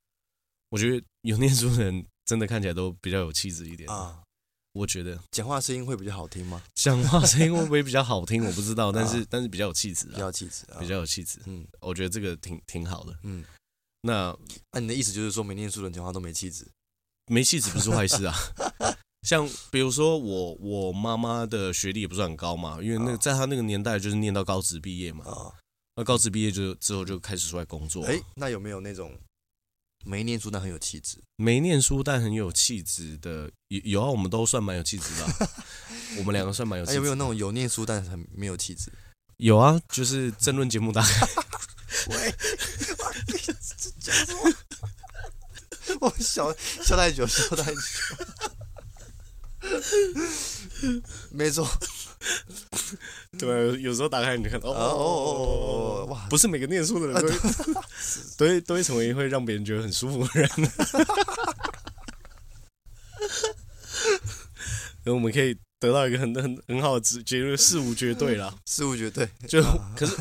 [SPEAKER 1] 我觉得有念书的人真的看起来都比较有气质一点。
[SPEAKER 2] 啊，
[SPEAKER 1] 我觉得
[SPEAKER 2] 讲话声音会比较好听吗？
[SPEAKER 1] 讲话声音会不会比较好听，我不知道，但是、但是比较有气质
[SPEAKER 2] 比
[SPEAKER 1] 啊，
[SPEAKER 2] 较气质，啊
[SPEAKER 1] 比较有气质，
[SPEAKER 2] 嗯
[SPEAKER 1] 我觉得这个挺挺好的。
[SPEAKER 2] 嗯。
[SPEAKER 1] 那
[SPEAKER 2] 那你的意思就是说，没念书的人讲话都没气质？
[SPEAKER 1] 没气质不是坏事啊。 *laughs* 像比如说我我妈妈的学历也不是很高嘛，因为那个
[SPEAKER 2] 啊
[SPEAKER 1] 在她那个年代就是念到高职毕业嘛，
[SPEAKER 2] 啊，
[SPEAKER 1] 那高职毕业就之后就开始出来工作。
[SPEAKER 2] 哎，那有没有那种没念书但很有气质？
[SPEAKER 1] 没念书但很有气质的，有有啊，我们都算蛮有气质的啊、我们两个算蛮有 *laughs* 气
[SPEAKER 2] 哎，
[SPEAKER 1] 质
[SPEAKER 2] 有
[SPEAKER 1] 的。
[SPEAKER 2] 没有那种有念书但很没有气质？
[SPEAKER 1] 有啊，就是争论节目大概
[SPEAKER 2] 喂，讲什么？我笑笑太久，笑太久。没错，
[SPEAKER 1] *laughs* 对，有时候打开你就看，哦 *laughs*
[SPEAKER 2] 哦哦哦哦，哇，
[SPEAKER 1] 不是每个念书的人都 *laughs* 会都会都会成为会让别人觉得很舒服的人。然后我们可以得到一个很很很好的直结论，事无绝对啦。
[SPEAKER 2] 事物绝对
[SPEAKER 1] *laughs* 就可是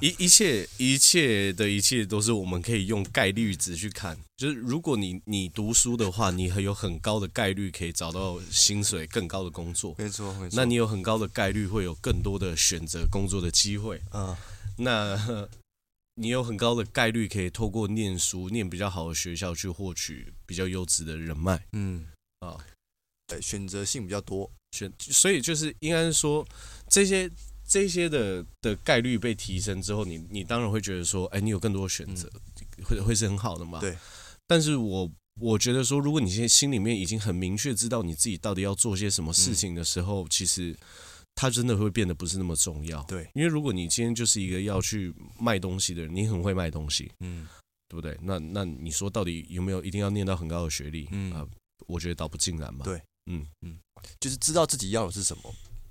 [SPEAKER 1] 一一切一切的一切都是我们可以用概率值去看。就是如果你你读书的话，你很有很高的概率可以找到薪水更高的工作，
[SPEAKER 2] 没错没错。
[SPEAKER 1] 那你有很高的概率会有更多的选择工作的机会。
[SPEAKER 2] 啊，
[SPEAKER 1] 那 *laughs* 呵你有很高的概率可以透过念书、念比较好的学校去获取比较优质的人脉
[SPEAKER 2] 嗯，
[SPEAKER 1] 啊。
[SPEAKER 2] 对，选择性比较多，
[SPEAKER 1] 选，所以就是应该是说，这些这些的的概率被提升之后，你你当然会觉得说，哎，你有更多的选择，会会是很好的嘛。
[SPEAKER 2] 嗯对。
[SPEAKER 1] 但是我我觉得说，如果你现在心里面已经很明确知道你自己到底要做些什么
[SPEAKER 2] 嗯
[SPEAKER 1] 事情的时候，其实它真的会变得不是那么重要。
[SPEAKER 2] 对，
[SPEAKER 1] 因为如果你今天就是一个要去卖东西的人，你很会卖东西，
[SPEAKER 2] 嗯
[SPEAKER 1] 对不对？那那你说到底有没有一定要念到很高的学历？
[SPEAKER 2] 嗯
[SPEAKER 1] 啊、我觉得倒不尽然吧。
[SPEAKER 2] 对
[SPEAKER 1] 嗯，
[SPEAKER 2] 就是知道自己要的是什么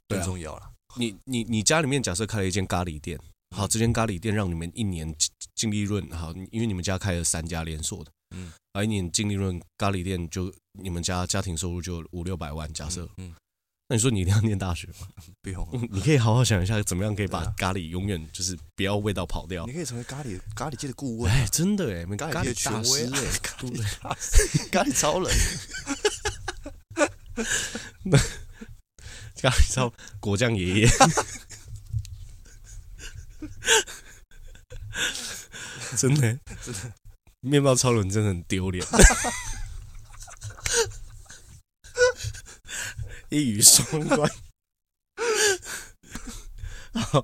[SPEAKER 1] 对
[SPEAKER 2] 更
[SPEAKER 1] 啊
[SPEAKER 2] 重要啦。
[SPEAKER 1] 你你你家里面假设开了一间咖喱店，好，这间咖喱店让你们一年净净利润好，因为你们家开了三家连锁的，
[SPEAKER 2] 嗯
[SPEAKER 1] 嗯，啊，一年净利润咖喱店就你们家家庭收入就五六百万，假设，
[SPEAKER 2] 嗯，嗯
[SPEAKER 1] 那你说你一定要念大学吗？
[SPEAKER 2] 不用，
[SPEAKER 1] *laughs* 你可以好好想一下，怎么样可以把
[SPEAKER 2] 对啊
[SPEAKER 1] 咖喱永远就是不要味道跑掉
[SPEAKER 2] 你。可以成为咖喱咖喱界的顾问，
[SPEAKER 1] 哎，真的哎，
[SPEAKER 2] 咖
[SPEAKER 1] 咖
[SPEAKER 2] 喱欸界的
[SPEAKER 1] 喱大
[SPEAKER 2] 权
[SPEAKER 1] 师
[SPEAKER 2] 威，
[SPEAKER 1] 哎，
[SPEAKER 2] 咖
[SPEAKER 1] 对不
[SPEAKER 2] 喱
[SPEAKER 1] 对？
[SPEAKER 2] 大师 *laughs* 咖喱超人。
[SPEAKER 1] 咖喱烧果酱爷爷。真的，真的，面包超人真的很丢脸，一语双关。好，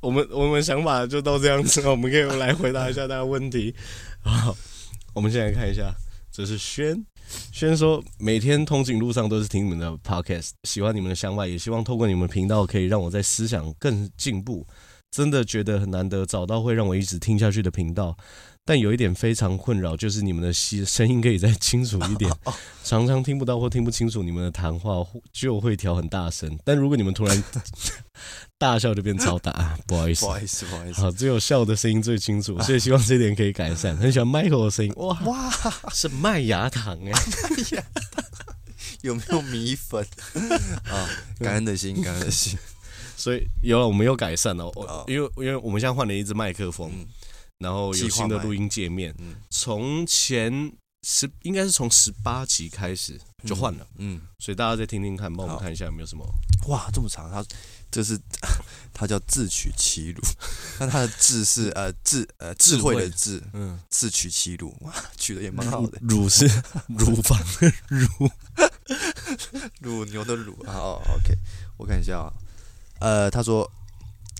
[SPEAKER 1] 我们我们想法就到这样子了，我们可以来回答一下大家问题。好，我们先来看一下，这是轩，轩说每天通勤路上都是听你们的 podcast，喜欢你们的想法，也希望透过你们频道可以让我在思想更进步。真的觉得很难得找到会让我一直听下去的频道，但有一点非常困扰，就是你们的声声音可以再清楚一点，常常听不到或听不清楚你们的谈话，或就会调很大声。但如果你们突然大笑，就变超大，不好意
[SPEAKER 2] *laughs*
[SPEAKER 1] 思
[SPEAKER 2] 不。好意思，
[SPEAKER 1] *laughs*
[SPEAKER 2] 不好意思。
[SPEAKER 1] 好，啊只有笑的声音最清
[SPEAKER 2] 啊
[SPEAKER 1] 楚，所以希望这一点可以改善。很喜欢 Michael 的声音，哇，
[SPEAKER 2] 哇，
[SPEAKER 1] 是麦芽糖
[SPEAKER 2] 欸
[SPEAKER 1] 哎、
[SPEAKER 2] 有没有米粉 *laughs* 啊？感恩的心，感恩的心。
[SPEAKER 1] *laughs* 所以有了，我们又改善了。我
[SPEAKER 2] 哦
[SPEAKER 1] 因为因为我们现在换了一支麦克风，
[SPEAKER 2] *laughs* 嗯
[SPEAKER 1] 然后有新的录音界面
[SPEAKER 2] 嗯。
[SPEAKER 1] 从前十应该是从十八集开始就换了，
[SPEAKER 2] 嗯，
[SPEAKER 1] 所以大家再听听看，帮我们
[SPEAKER 2] 好
[SPEAKER 1] 看一下有没有什么。
[SPEAKER 2] 哇，这么长，他这是 *laughs* 他叫自取其辱， *laughs* 但他的智 *laughs* 是呃智呃智慧的智，
[SPEAKER 1] 嗯，
[SPEAKER 2] 自取其辱，哇，取的也蛮好 *laughs* 的，
[SPEAKER 1] 乳是乳房的乳，
[SPEAKER 2] 乳牛的乳啊。哦，OK，我看一下啊，呃，他说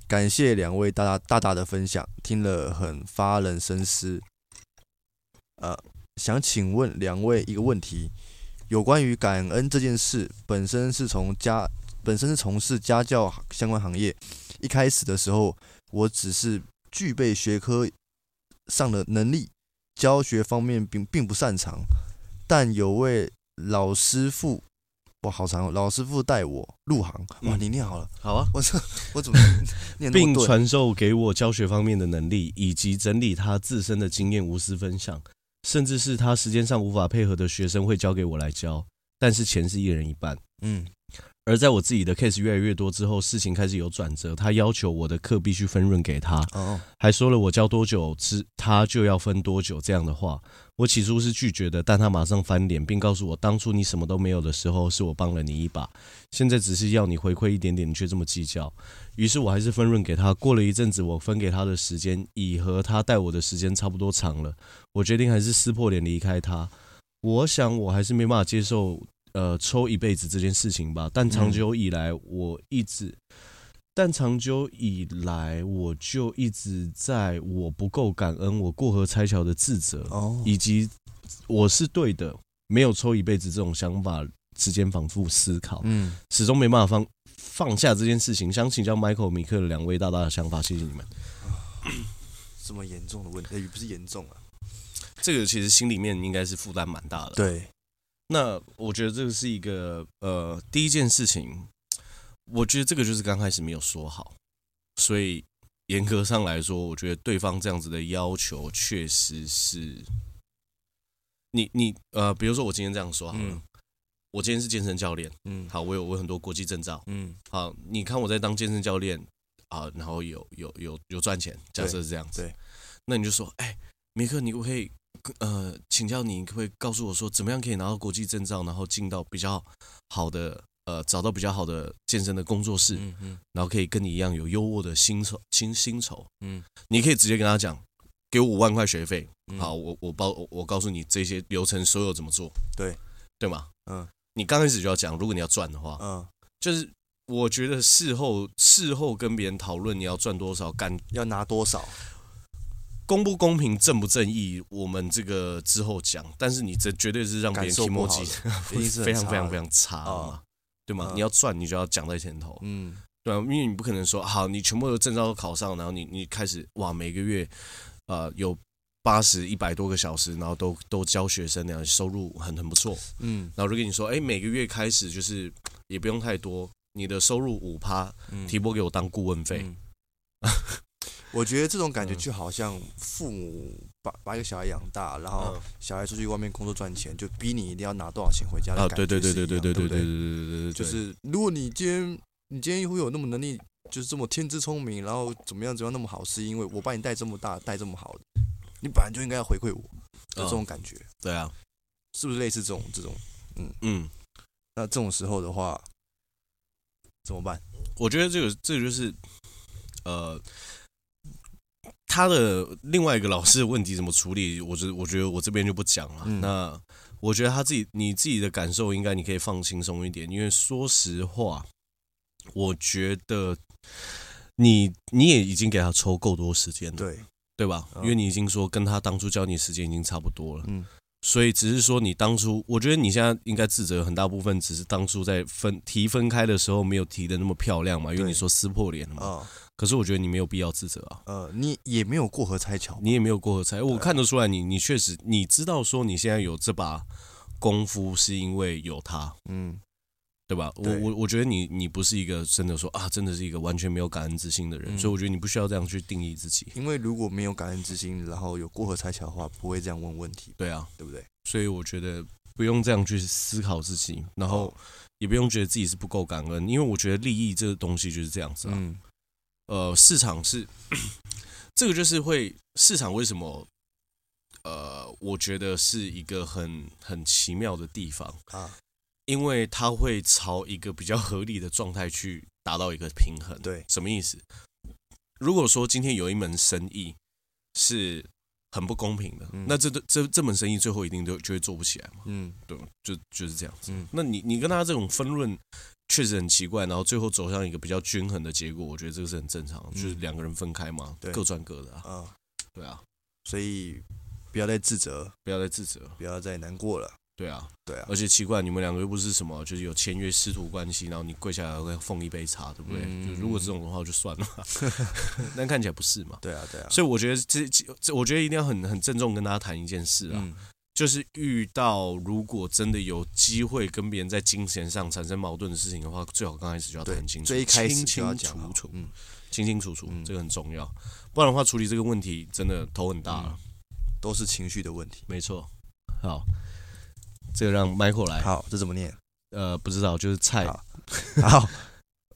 [SPEAKER 2] 感谢两位大大大大的分享，听了很发人深思。呃，想请问两位一个问题，有关于感恩这件事，本身是从家，本身是从事家教相关行业。一开始的时候，我只是具备学科上的能力，教学方面并并不擅长，但有位老师傅，哇，好长哦，老师傅带我入行。哇，
[SPEAKER 1] 嗯
[SPEAKER 2] 你念好了，
[SPEAKER 1] 好啊。
[SPEAKER 2] 我这我怎么念那么
[SPEAKER 1] 并
[SPEAKER 2] *laughs* 对？
[SPEAKER 1] 传授给我教学方面的能力，以及整理他自身的经验，无私分享，甚至是他时间上无法配合的学生会交给我来教，但是钱是一人一半。
[SPEAKER 2] 嗯
[SPEAKER 1] 而在我自己的 case 越来越多之后，事情开始有转折。他要求我的课必须分润给他，
[SPEAKER 2] 哦
[SPEAKER 1] 还说了我教多久之他就要分多久这样的话。我起初是拒绝的，但他马上翻脸，并告诉我，当初你什么都没有的时候，是我帮了你一把，现在只是要你回馈一点点，你却这么计较。于是我还是分润给他。过了一阵子，我分给他的时间已和他带我的时间差不多长了，我决定还是撕破脸离开他。我想我还是没办法接受呃抽一辈子这件事情吧，但长久以来我一直。但长久以来，我就一直在我不够感恩、我过河拆桥的自责，
[SPEAKER 2] 哦，
[SPEAKER 1] 以及我是对的，没有抽一辈子这种想法之间反复思考，
[SPEAKER 2] 嗯，
[SPEAKER 1] 始终没办法放放下这件事情。想请教 Michael、米克两位大大的想法，谢谢你们。
[SPEAKER 2] 这么严重的问题，也不是严重啊。
[SPEAKER 1] 这个其实心里面应该是负担蛮大的。
[SPEAKER 2] 对，
[SPEAKER 1] 那我觉得这个是一个呃，第一件事情，我觉得这个就是刚开始没有说好，所以严格上来说，我觉得对方这样子的要求确实是，你你呃，比如说我今天这样说好了，
[SPEAKER 2] 嗯
[SPEAKER 1] 我今天是健身教练，
[SPEAKER 2] 嗯，
[SPEAKER 1] 好，我有我有很多国际证照，
[SPEAKER 2] 嗯，
[SPEAKER 1] 好，你看我在当健身教练啊，然后有有有有赚钱，假设是这样子，
[SPEAKER 2] 对
[SPEAKER 1] 那你就说，哎、米克，你可不可以呃，请教你可不可以告诉我说，怎么样可以拿到国际证照，然后进到比较好的呃，找到比较好的健身的工作室，
[SPEAKER 2] 嗯嗯
[SPEAKER 1] 然后可以跟你一样有优渥的薪酬薪薪酬，
[SPEAKER 2] 嗯，
[SPEAKER 1] 你可以直接跟他讲，给我五万块学费，
[SPEAKER 2] 嗯
[SPEAKER 1] 好，，我我包我我告诉你这些流程所有怎么做，
[SPEAKER 2] 对
[SPEAKER 1] 对吗？
[SPEAKER 2] 嗯，
[SPEAKER 1] 你刚开始就要讲，如果你要赚的话，
[SPEAKER 2] 嗯，
[SPEAKER 1] 就是我觉得事后事后跟别人讨论你要赚多少，干
[SPEAKER 2] 要拿多少？
[SPEAKER 1] 公不公平、正不正义，我们这个之后讲。但是你这绝对是让别
[SPEAKER 2] 感
[SPEAKER 1] 人
[SPEAKER 2] 受
[SPEAKER 1] 提
[SPEAKER 2] 不
[SPEAKER 1] 莫
[SPEAKER 2] 好
[SPEAKER 1] 吉
[SPEAKER 2] 的， *laughs* 一定是
[SPEAKER 1] 非常非常非
[SPEAKER 2] 常，
[SPEAKER 1] 常差
[SPEAKER 2] 哦
[SPEAKER 1] 嘛，对吗？
[SPEAKER 2] 嗯
[SPEAKER 1] 你要赚，你就要讲在前头，
[SPEAKER 2] 嗯
[SPEAKER 1] 对啊，因为你不可能说好，你全部的证照都考上，然后你你开始哇，每个月呃有八十一百多个小时，然后都都教学生那样，收入很很不错。
[SPEAKER 2] 嗯
[SPEAKER 1] 然后就跟你说，哎，每个月开始就是也不用太多，你的收入五趴，
[SPEAKER 2] 嗯
[SPEAKER 1] 提拨给我当顾问费。
[SPEAKER 2] 嗯 *laughs* 我觉得这种感觉
[SPEAKER 1] 嗯
[SPEAKER 2] 就好像父母把把一个小孩养大，然后
[SPEAKER 1] 嗯
[SPEAKER 2] 小孩出去外面工作赚钱，就逼你一定要拿多少钱回家
[SPEAKER 1] 啊，
[SPEAKER 2] 的感觉
[SPEAKER 1] 对对对
[SPEAKER 2] 是
[SPEAKER 1] 对
[SPEAKER 2] 一
[SPEAKER 1] 对
[SPEAKER 2] 样
[SPEAKER 1] 对
[SPEAKER 2] 对
[SPEAKER 1] 对
[SPEAKER 2] 不
[SPEAKER 1] 对对对对对，
[SPEAKER 2] 就是如果你今天你今天会有那么能力，就是这么天资聪明，然后怎么样怎么样那么好，是因为我把你带这么大，带这么好的，你本来就应该要回馈我，
[SPEAKER 1] 嗯
[SPEAKER 2] 有这种感觉，
[SPEAKER 1] 对啊，
[SPEAKER 2] 是不是类似这种这种？
[SPEAKER 1] 嗯，
[SPEAKER 2] 那这种时候的话，怎么办？
[SPEAKER 1] 我觉得这个这个就是，呃，他的另外一个老师的问题怎么处理，我觉得我觉得我这边就不讲了。
[SPEAKER 2] 嗯
[SPEAKER 1] 那我觉得他自己你自己的感受，应该你可以放轻松一点，因为说实话，我觉得你你也已经给他抽够多时间了，
[SPEAKER 2] 对，
[SPEAKER 1] 对吧？
[SPEAKER 2] 嗯
[SPEAKER 1] 因为你已经说跟他当初教你时间已经差不多了，
[SPEAKER 2] 嗯，
[SPEAKER 1] 所以只是说你当初，我觉得你现在应该自责很大部分，只是当初在分提分开的时候没有提的那么漂亮嘛，因为
[SPEAKER 2] 对
[SPEAKER 1] 你说撕破脸了嘛。
[SPEAKER 2] 啊、
[SPEAKER 1] 可是我觉得你没有必要自责啊，
[SPEAKER 2] 呃，你也没有过河拆桥，
[SPEAKER 1] 你也没有过河拆，我看得出来你你确实你知道说你现在有这把功夫是因为有他，
[SPEAKER 2] 嗯，
[SPEAKER 1] 对吧？我
[SPEAKER 2] 对
[SPEAKER 1] 我我觉得你你不是一个真的说啊，真的是一个完全没有感恩之心的人，
[SPEAKER 2] 嗯
[SPEAKER 1] 所以我觉得你不需要这样去定义自己。
[SPEAKER 2] 因为如果没有感恩之心，然后有过河拆桥的话，不会这样问问题，
[SPEAKER 1] 对啊，
[SPEAKER 2] 对不对？
[SPEAKER 1] 所以我觉得不用这样去思考自己，然后也不用觉得自己是不够感恩，因为我觉得利益这个东西就是这样子啊。
[SPEAKER 2] 嗯
[SPEAKER 1] 呃，市场是这个就是会市场为什么？呃，我觉得是一个很很奇妙的地方，
[SPEAKER 2] 啊，
[SPEAKER 1] 因为它会朝一个比较合理的状态去达到一个平衡。
[SPEAKER 2] 对，
[SPEAKER 1] 什么意思？如果说今天有一门生意是很不公平的，
[SPEAKER 2] 嗯
[SPEAKER 1] 那这这这门生意最后一定就就会做不起来嘛，
[SPEAKER 2] 嗯
[SPEAKER 1] 对吧就就是这样子。
[SPEAKER 2] 嗯
[SPEAKER 1] 那你你跟他这种分论确实很奇怪，然后最后走向一个比较均衡的结果，我觉得这个是很正常，
[SPEAKER 2] 嗯
[SPEAKER 1] 就是两个人分开嘛，
[SPEAKER 2] 对
[SPEAKER 1] 各赚各的啊，
[SPEAKER 2] 啊、
[SPEAKER 1] 对啊，
[SPEAKER 2] 所以不要再自责，
[SPEAKER 1] 不要再自责，
[SPEAKER 2] 不要再难过了，
[SPEAKER 1] 对啊，
[SPEAKER 2] 对啊，
[SPEAKER 1] 而且奇怪，你们两个又不是什么，就是有签约师徒关系，然后你跪下来会奉一杯茶，对不对？
[SPEAKER 2] 嗯
[SPEAKER 1] 就如果这种的话就算了
[SPEAKER 2] *laughs*
[SPEAKER 1] 嘛，但看起来不是嘛，
[SPEAKER 2] 对啊，对啊，
[SPEAKER 1] 所以我觉得这这，这我觉得一定要很很郑重跟大家谈一件事啊，
[SPEAKER 2] 嗯
[SPEAKER 1] 就是遇到如果真的有机会跟别人在金钱上产生矛盾的事情的话，最好刚开始就要
[SPEAKER 2] 对
[SPEAKER 1] 谈清，楚，
[SPEAKER 2] 最一开始
[SPEAKER 1] 清
[SPEAKER 2] 就要
[SPEAKER 1] 清
[SPEAKER 2] 讲好
[SPEAKER 1] 楚楚，
[SPEAKER 2] 嗯，
[SPEAKER 1] 清清楚楚
[SPEAKER 2] 嗯，
[SPEAKER 1] 这个很重要。不然的话，处理这个问题真的头很大
[SPEAKER 2] 嗯
[SPEAKER 1] 了。
[SPEAKER 2] 都是情绪的问题。
[SPEAKER 1] 没错，好，这个让 Michael 来。
[SPEAKER 2] 好，嗯这怎么念？
[SPEAKER 1] 呃，不知道，就是菜
[SPEAKER 2] 好
[SPEAKER 1] *laughs*
[SPEAKER 2] 好，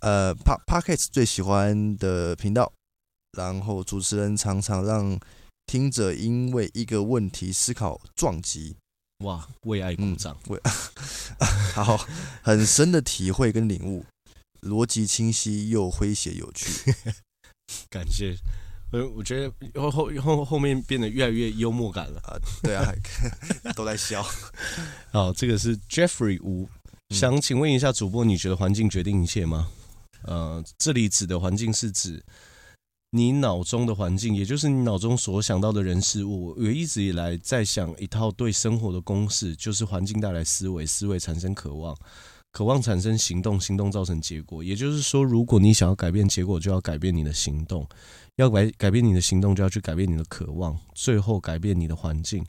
[SPEAKER 2] 呃 p p o c k e t 最喜欢的频道，然后主持人常常让听者因为一个问题思考撞击，
[SPEAKER 1] 哇，为爱鼓掌。 *laughs*
[SPEAKER 2] 好，很深的体会跟领悟，逻辑清晰又诙谐有趣。
[SPEAKER 1] *laughs*
[SPEAKER 2] 嗯
[SPEAKER 1] 感谢。呃，我觉得后后后后面变得越来越幽默感了。
[SPEAKER 2] *laughs* 对啊，都在笑。
[SPEAKER 1] 好，哦这个是 Jeffrey 吴，
[SPEAKER 2] 嗯
[SPEAKER 1] 想请问一下主播，你觉得环境决定一切吗？呃，这里指的环境是指你脑中的环境，也就是你脑中所想到的人事物。我一直以来在想一套对生活的公式，就是环境带来思维，思维产生渴望，渴望产生行动，行动造成结果。也就是说，如果你想要改变结果，就要改变你的行动；要改改变你的行动，就要去改变你的渴望，最后改变你的环境。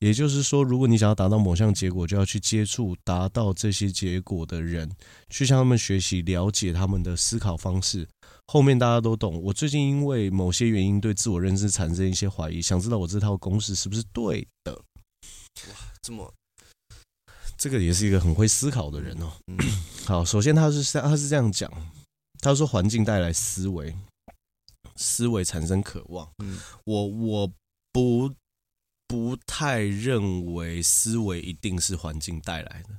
[SPEAKER 1] 也就是说，如果你想要达到某项结果，就要去接触达到这些结果的人，去向他们学习，了解他们的思考方式。后面大家都懂。我最近因为某些原因对自我认知产生一些怀疑，想知道我这套公式是不是对的。
[SPEAKER 2] 这么，
[SPEAKER 1] 这个也是一个很会思考的人哦。
[SPEAKER 2] 嗯
[SPEAKER 1] *clears throat* 好，首先他是这样他是这样讲，他说环境带来思维，思维产生渴望。
[SPEAKER 2] 嗯
[SPEAKER 1] 我我不不太认为思维一定是环境带来的，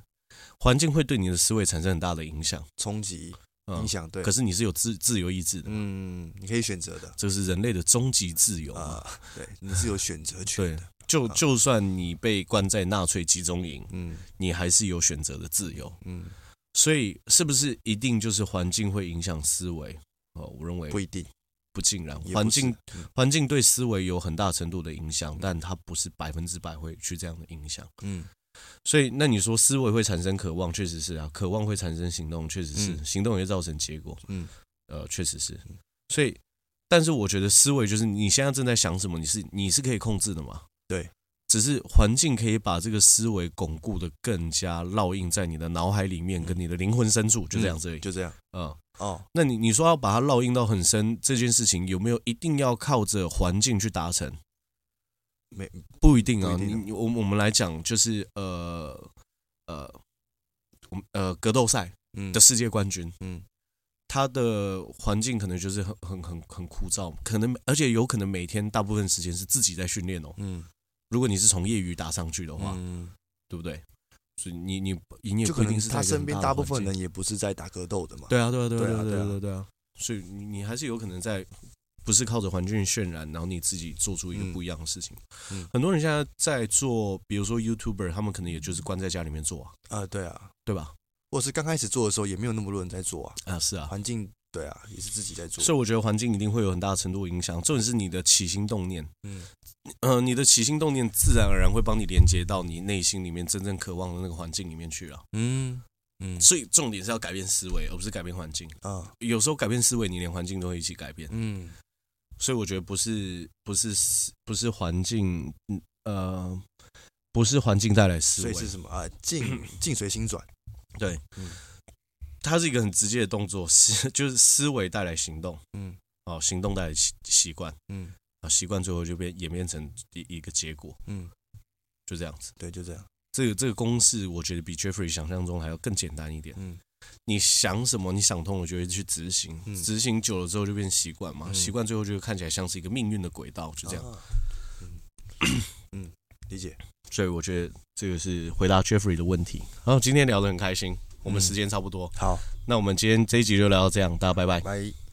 [SPEAKER 1] 环境会对你的思维产生很大的影响，
[SPEAKER 2] 冲击
[SPEAKER 1] 嗯
[SPEAKER 2] 影，响对
[SPEAKER 1] 可，是你是有自自由意志的，
[SPEAKER 2] 嗯，你可以选择的
[SPEAKER 1] 这是人类的终极自由嘛。
[SPEAKER 2] 啊、对，你是有选择权
[SPEAKER 1] 对
[SPEAKER 2] 的，，
[SPEAKER 1] 就
[SPEAKER 2] 啊
[SPEAKER 1] 就算你被关在纳粹集中营，
[SPEAKER 2] 嗯
[SPEAKER 1] 你还是有选择的自由。
[SPEAKER 2] 嗯，
[SPEAKER 1] 所以，是不是一定就是环境会影响思维？哦，我认为
[SPEAKER 2] 不一定，
[SPEAKER 1] 不尽然，
[SPEAKER 2] 也不
[SPEAKER 1] 环
[SPEAKER 2] 是
[SPEAKER 1] 境
[SPEAKER 2] 嗯
[SPEAKER 1] 环境对思维有很大程度的影响，但它不是百分之百会去这样的影响。
[SPEAKER 2] 嗯
[SPEAKER 1] 所以，那你说思维会产生渴望，确实是啊，渴望会产生行动，确实是，
[SPEAKER 2] 嗯
[SPEAKER 1] 行动也会造成结果，
[SPEAKER 2] 嗯
[SPEAKER 1] 呃，确实是
[SPEAKER 2] 嗯。
[SPEAKER 1] 所以，但是我觉得思维就是你现在正在想什么，你是你是可以控制的嘛？
[SPEAKER 2] 对，
[SPEAKER 1] 只是环境可以把这个思维巩固的更加烙印在你的脑海里面，跟你的灵魂深处，就这样子而已。
[SPEAKER 2] 嗯就这样。
[SPEAKER 1] 嗯，
[SPEAKER 2] 哦，
[SPEAKER 1] 那你你说要把它烙印到很深，这件事情有没有一定要靠着环境去达成？
[SPEAKER 2] 没
[SPEAKER 1] 不一定啊。
[SPEAKER 2] 不一定啊
[SPEAKER 1] 你我我们来讲，就是呃呃，我们呃格斗赛
[SPEAKER 2] 嗯
[SPEAKER 1] 的世界冠军，
[SPEAKER 2] 嗯
[SPEAKER 1] 他的环境可能就是很很很很枯燥，可能而且有可能每天大部分时间是自己在训练哦。
[SPEAKER 2] 嗯
[SPEAKER 1] 如果你是从业余打上去的话，
[SPEAKER 2] 嗯，
[SPEAKER 1] 对不对？所以你你你也
[SPEAKER 2] 就
[SPEAKER 1] 不
[SPEAKER 2] 可
[SPEAKER 1] 一
[SPEAKER 2] 能
[SPEAKER 1] 定是在
[SPEAKER 2] 他
[SPEAKER 1] 一个
[SPEAKER 2] 身
[SPEAKER 1] 很
[SPEAKER 2] 边
[SPEAKER 1] 大
[SPEAKER 2] 大
[SPEAKER 1] 的
[SPEAKER 2] 部
[SPEAKER 1] 环
[SPEAKER 2] 分
[SPEAKER 1] 境
[SPEAKER 2] 人也不是在打格斗的嘛。
[SPEAKER 1] 对啊，对啊，对啊，
[SPEAKER 2] 对
[SPEAKER 1] 对
[SPEAKER 2] 啊
[SPEAKER 1] 啊，对
[SPEAKER 2] 对啊
[SPEAKER 1] 啊，对啊。所以你你还是有可能在不是靠着环境渲染，然后你自己做出一个
[SPEAKER 2] 嗯
[SPEAKER 1] 不一样的事情。
[SPEAKER 2] 嗯
[SPEAKER 1] 很多人现在在做，比如说 YouTuber，他们可能也就是关在家里面做啊，
[SPEAKER 2] 啊，对啊，
[SPEAKER 1] 对吧？
[SPEAKER 2] 或是刚开始做的时候也没有那么多人在做啊，
[SPEAKER 1] 啊，是啊。
[SPEAKER 2] 环境对啊，也是自己在做。
[SPEAKER 1] 所以我觉得环境一定会有很大的程度影响，重点是你的起心动念，
[SPEAKER 2] 嗯
[SPEAKER 1] 呃，你的起心动念自然而然会帮你连接到你内心里面真正渴望的那个环境里面去啊。
[SPEAKER 2] 嗯嗯
[SPEAKER 1] 所以重点是要改变思维，而不是改变环境。
[SPEAKER 2] 啊
[SPEAKER 1] 有时候改变思维，你连环境都会一起改变。
[SPEAKER 2] 嗯
[SPEAKER 1] 所以我觉得不是不是思不是环境，嗯呃，不是环境带来思
[SPEAKER 2] 所
[SPEAKER 1] 维
[SPEAKER 2] 以，是什么啊？境境随心转。
[SPEAKER 1] 对，
[SPEAKER 2] 嗯
[SPEAKER 1] 它是一个很直接的动作，思 *laughs* 就是思维带来行动，
[SPEAKER 2] 嗯
[SPEAKER 1] 哦，行动带来习习惯，
[SPEAKER 2] 嗯
[SPEAKER 1] 啊，习惯最后就变演变成一一个结果，
[SPEAKER 2] 嗯，
[SPEAKER 1] 就这样子。
[SPEAKER 2] 对，就这样。
[SPEAKER 1] 这个这个公式，我觉得比 Jeffrey 想象中还要更简单一点。
[SPEAKER 2] 嗯
[SPEAKER 1] 你想什么，你想通了就会去执行，
[SPEAKER 2] 嗯
[SPEAKER 1] 执行久了之后就变习惯嘛，
[SPEAKER 2] 嗯
[SPEAKER 1] 习惯最后就看起来像是一个命运的轨道，就这样。
[SPEAKER 2] 啊。嗯嗯，理解。
[SPEAKER 1] 所以我觉得这个是回答 Jeffrey 的问题。然后今天聊得很开心，我们时间差不多，
[SPEAKER 2] 好，
[SPEAKER 1] 那我们今天这一集就聊到这样，大家拜拜。
[SPEAKER 2] 拜。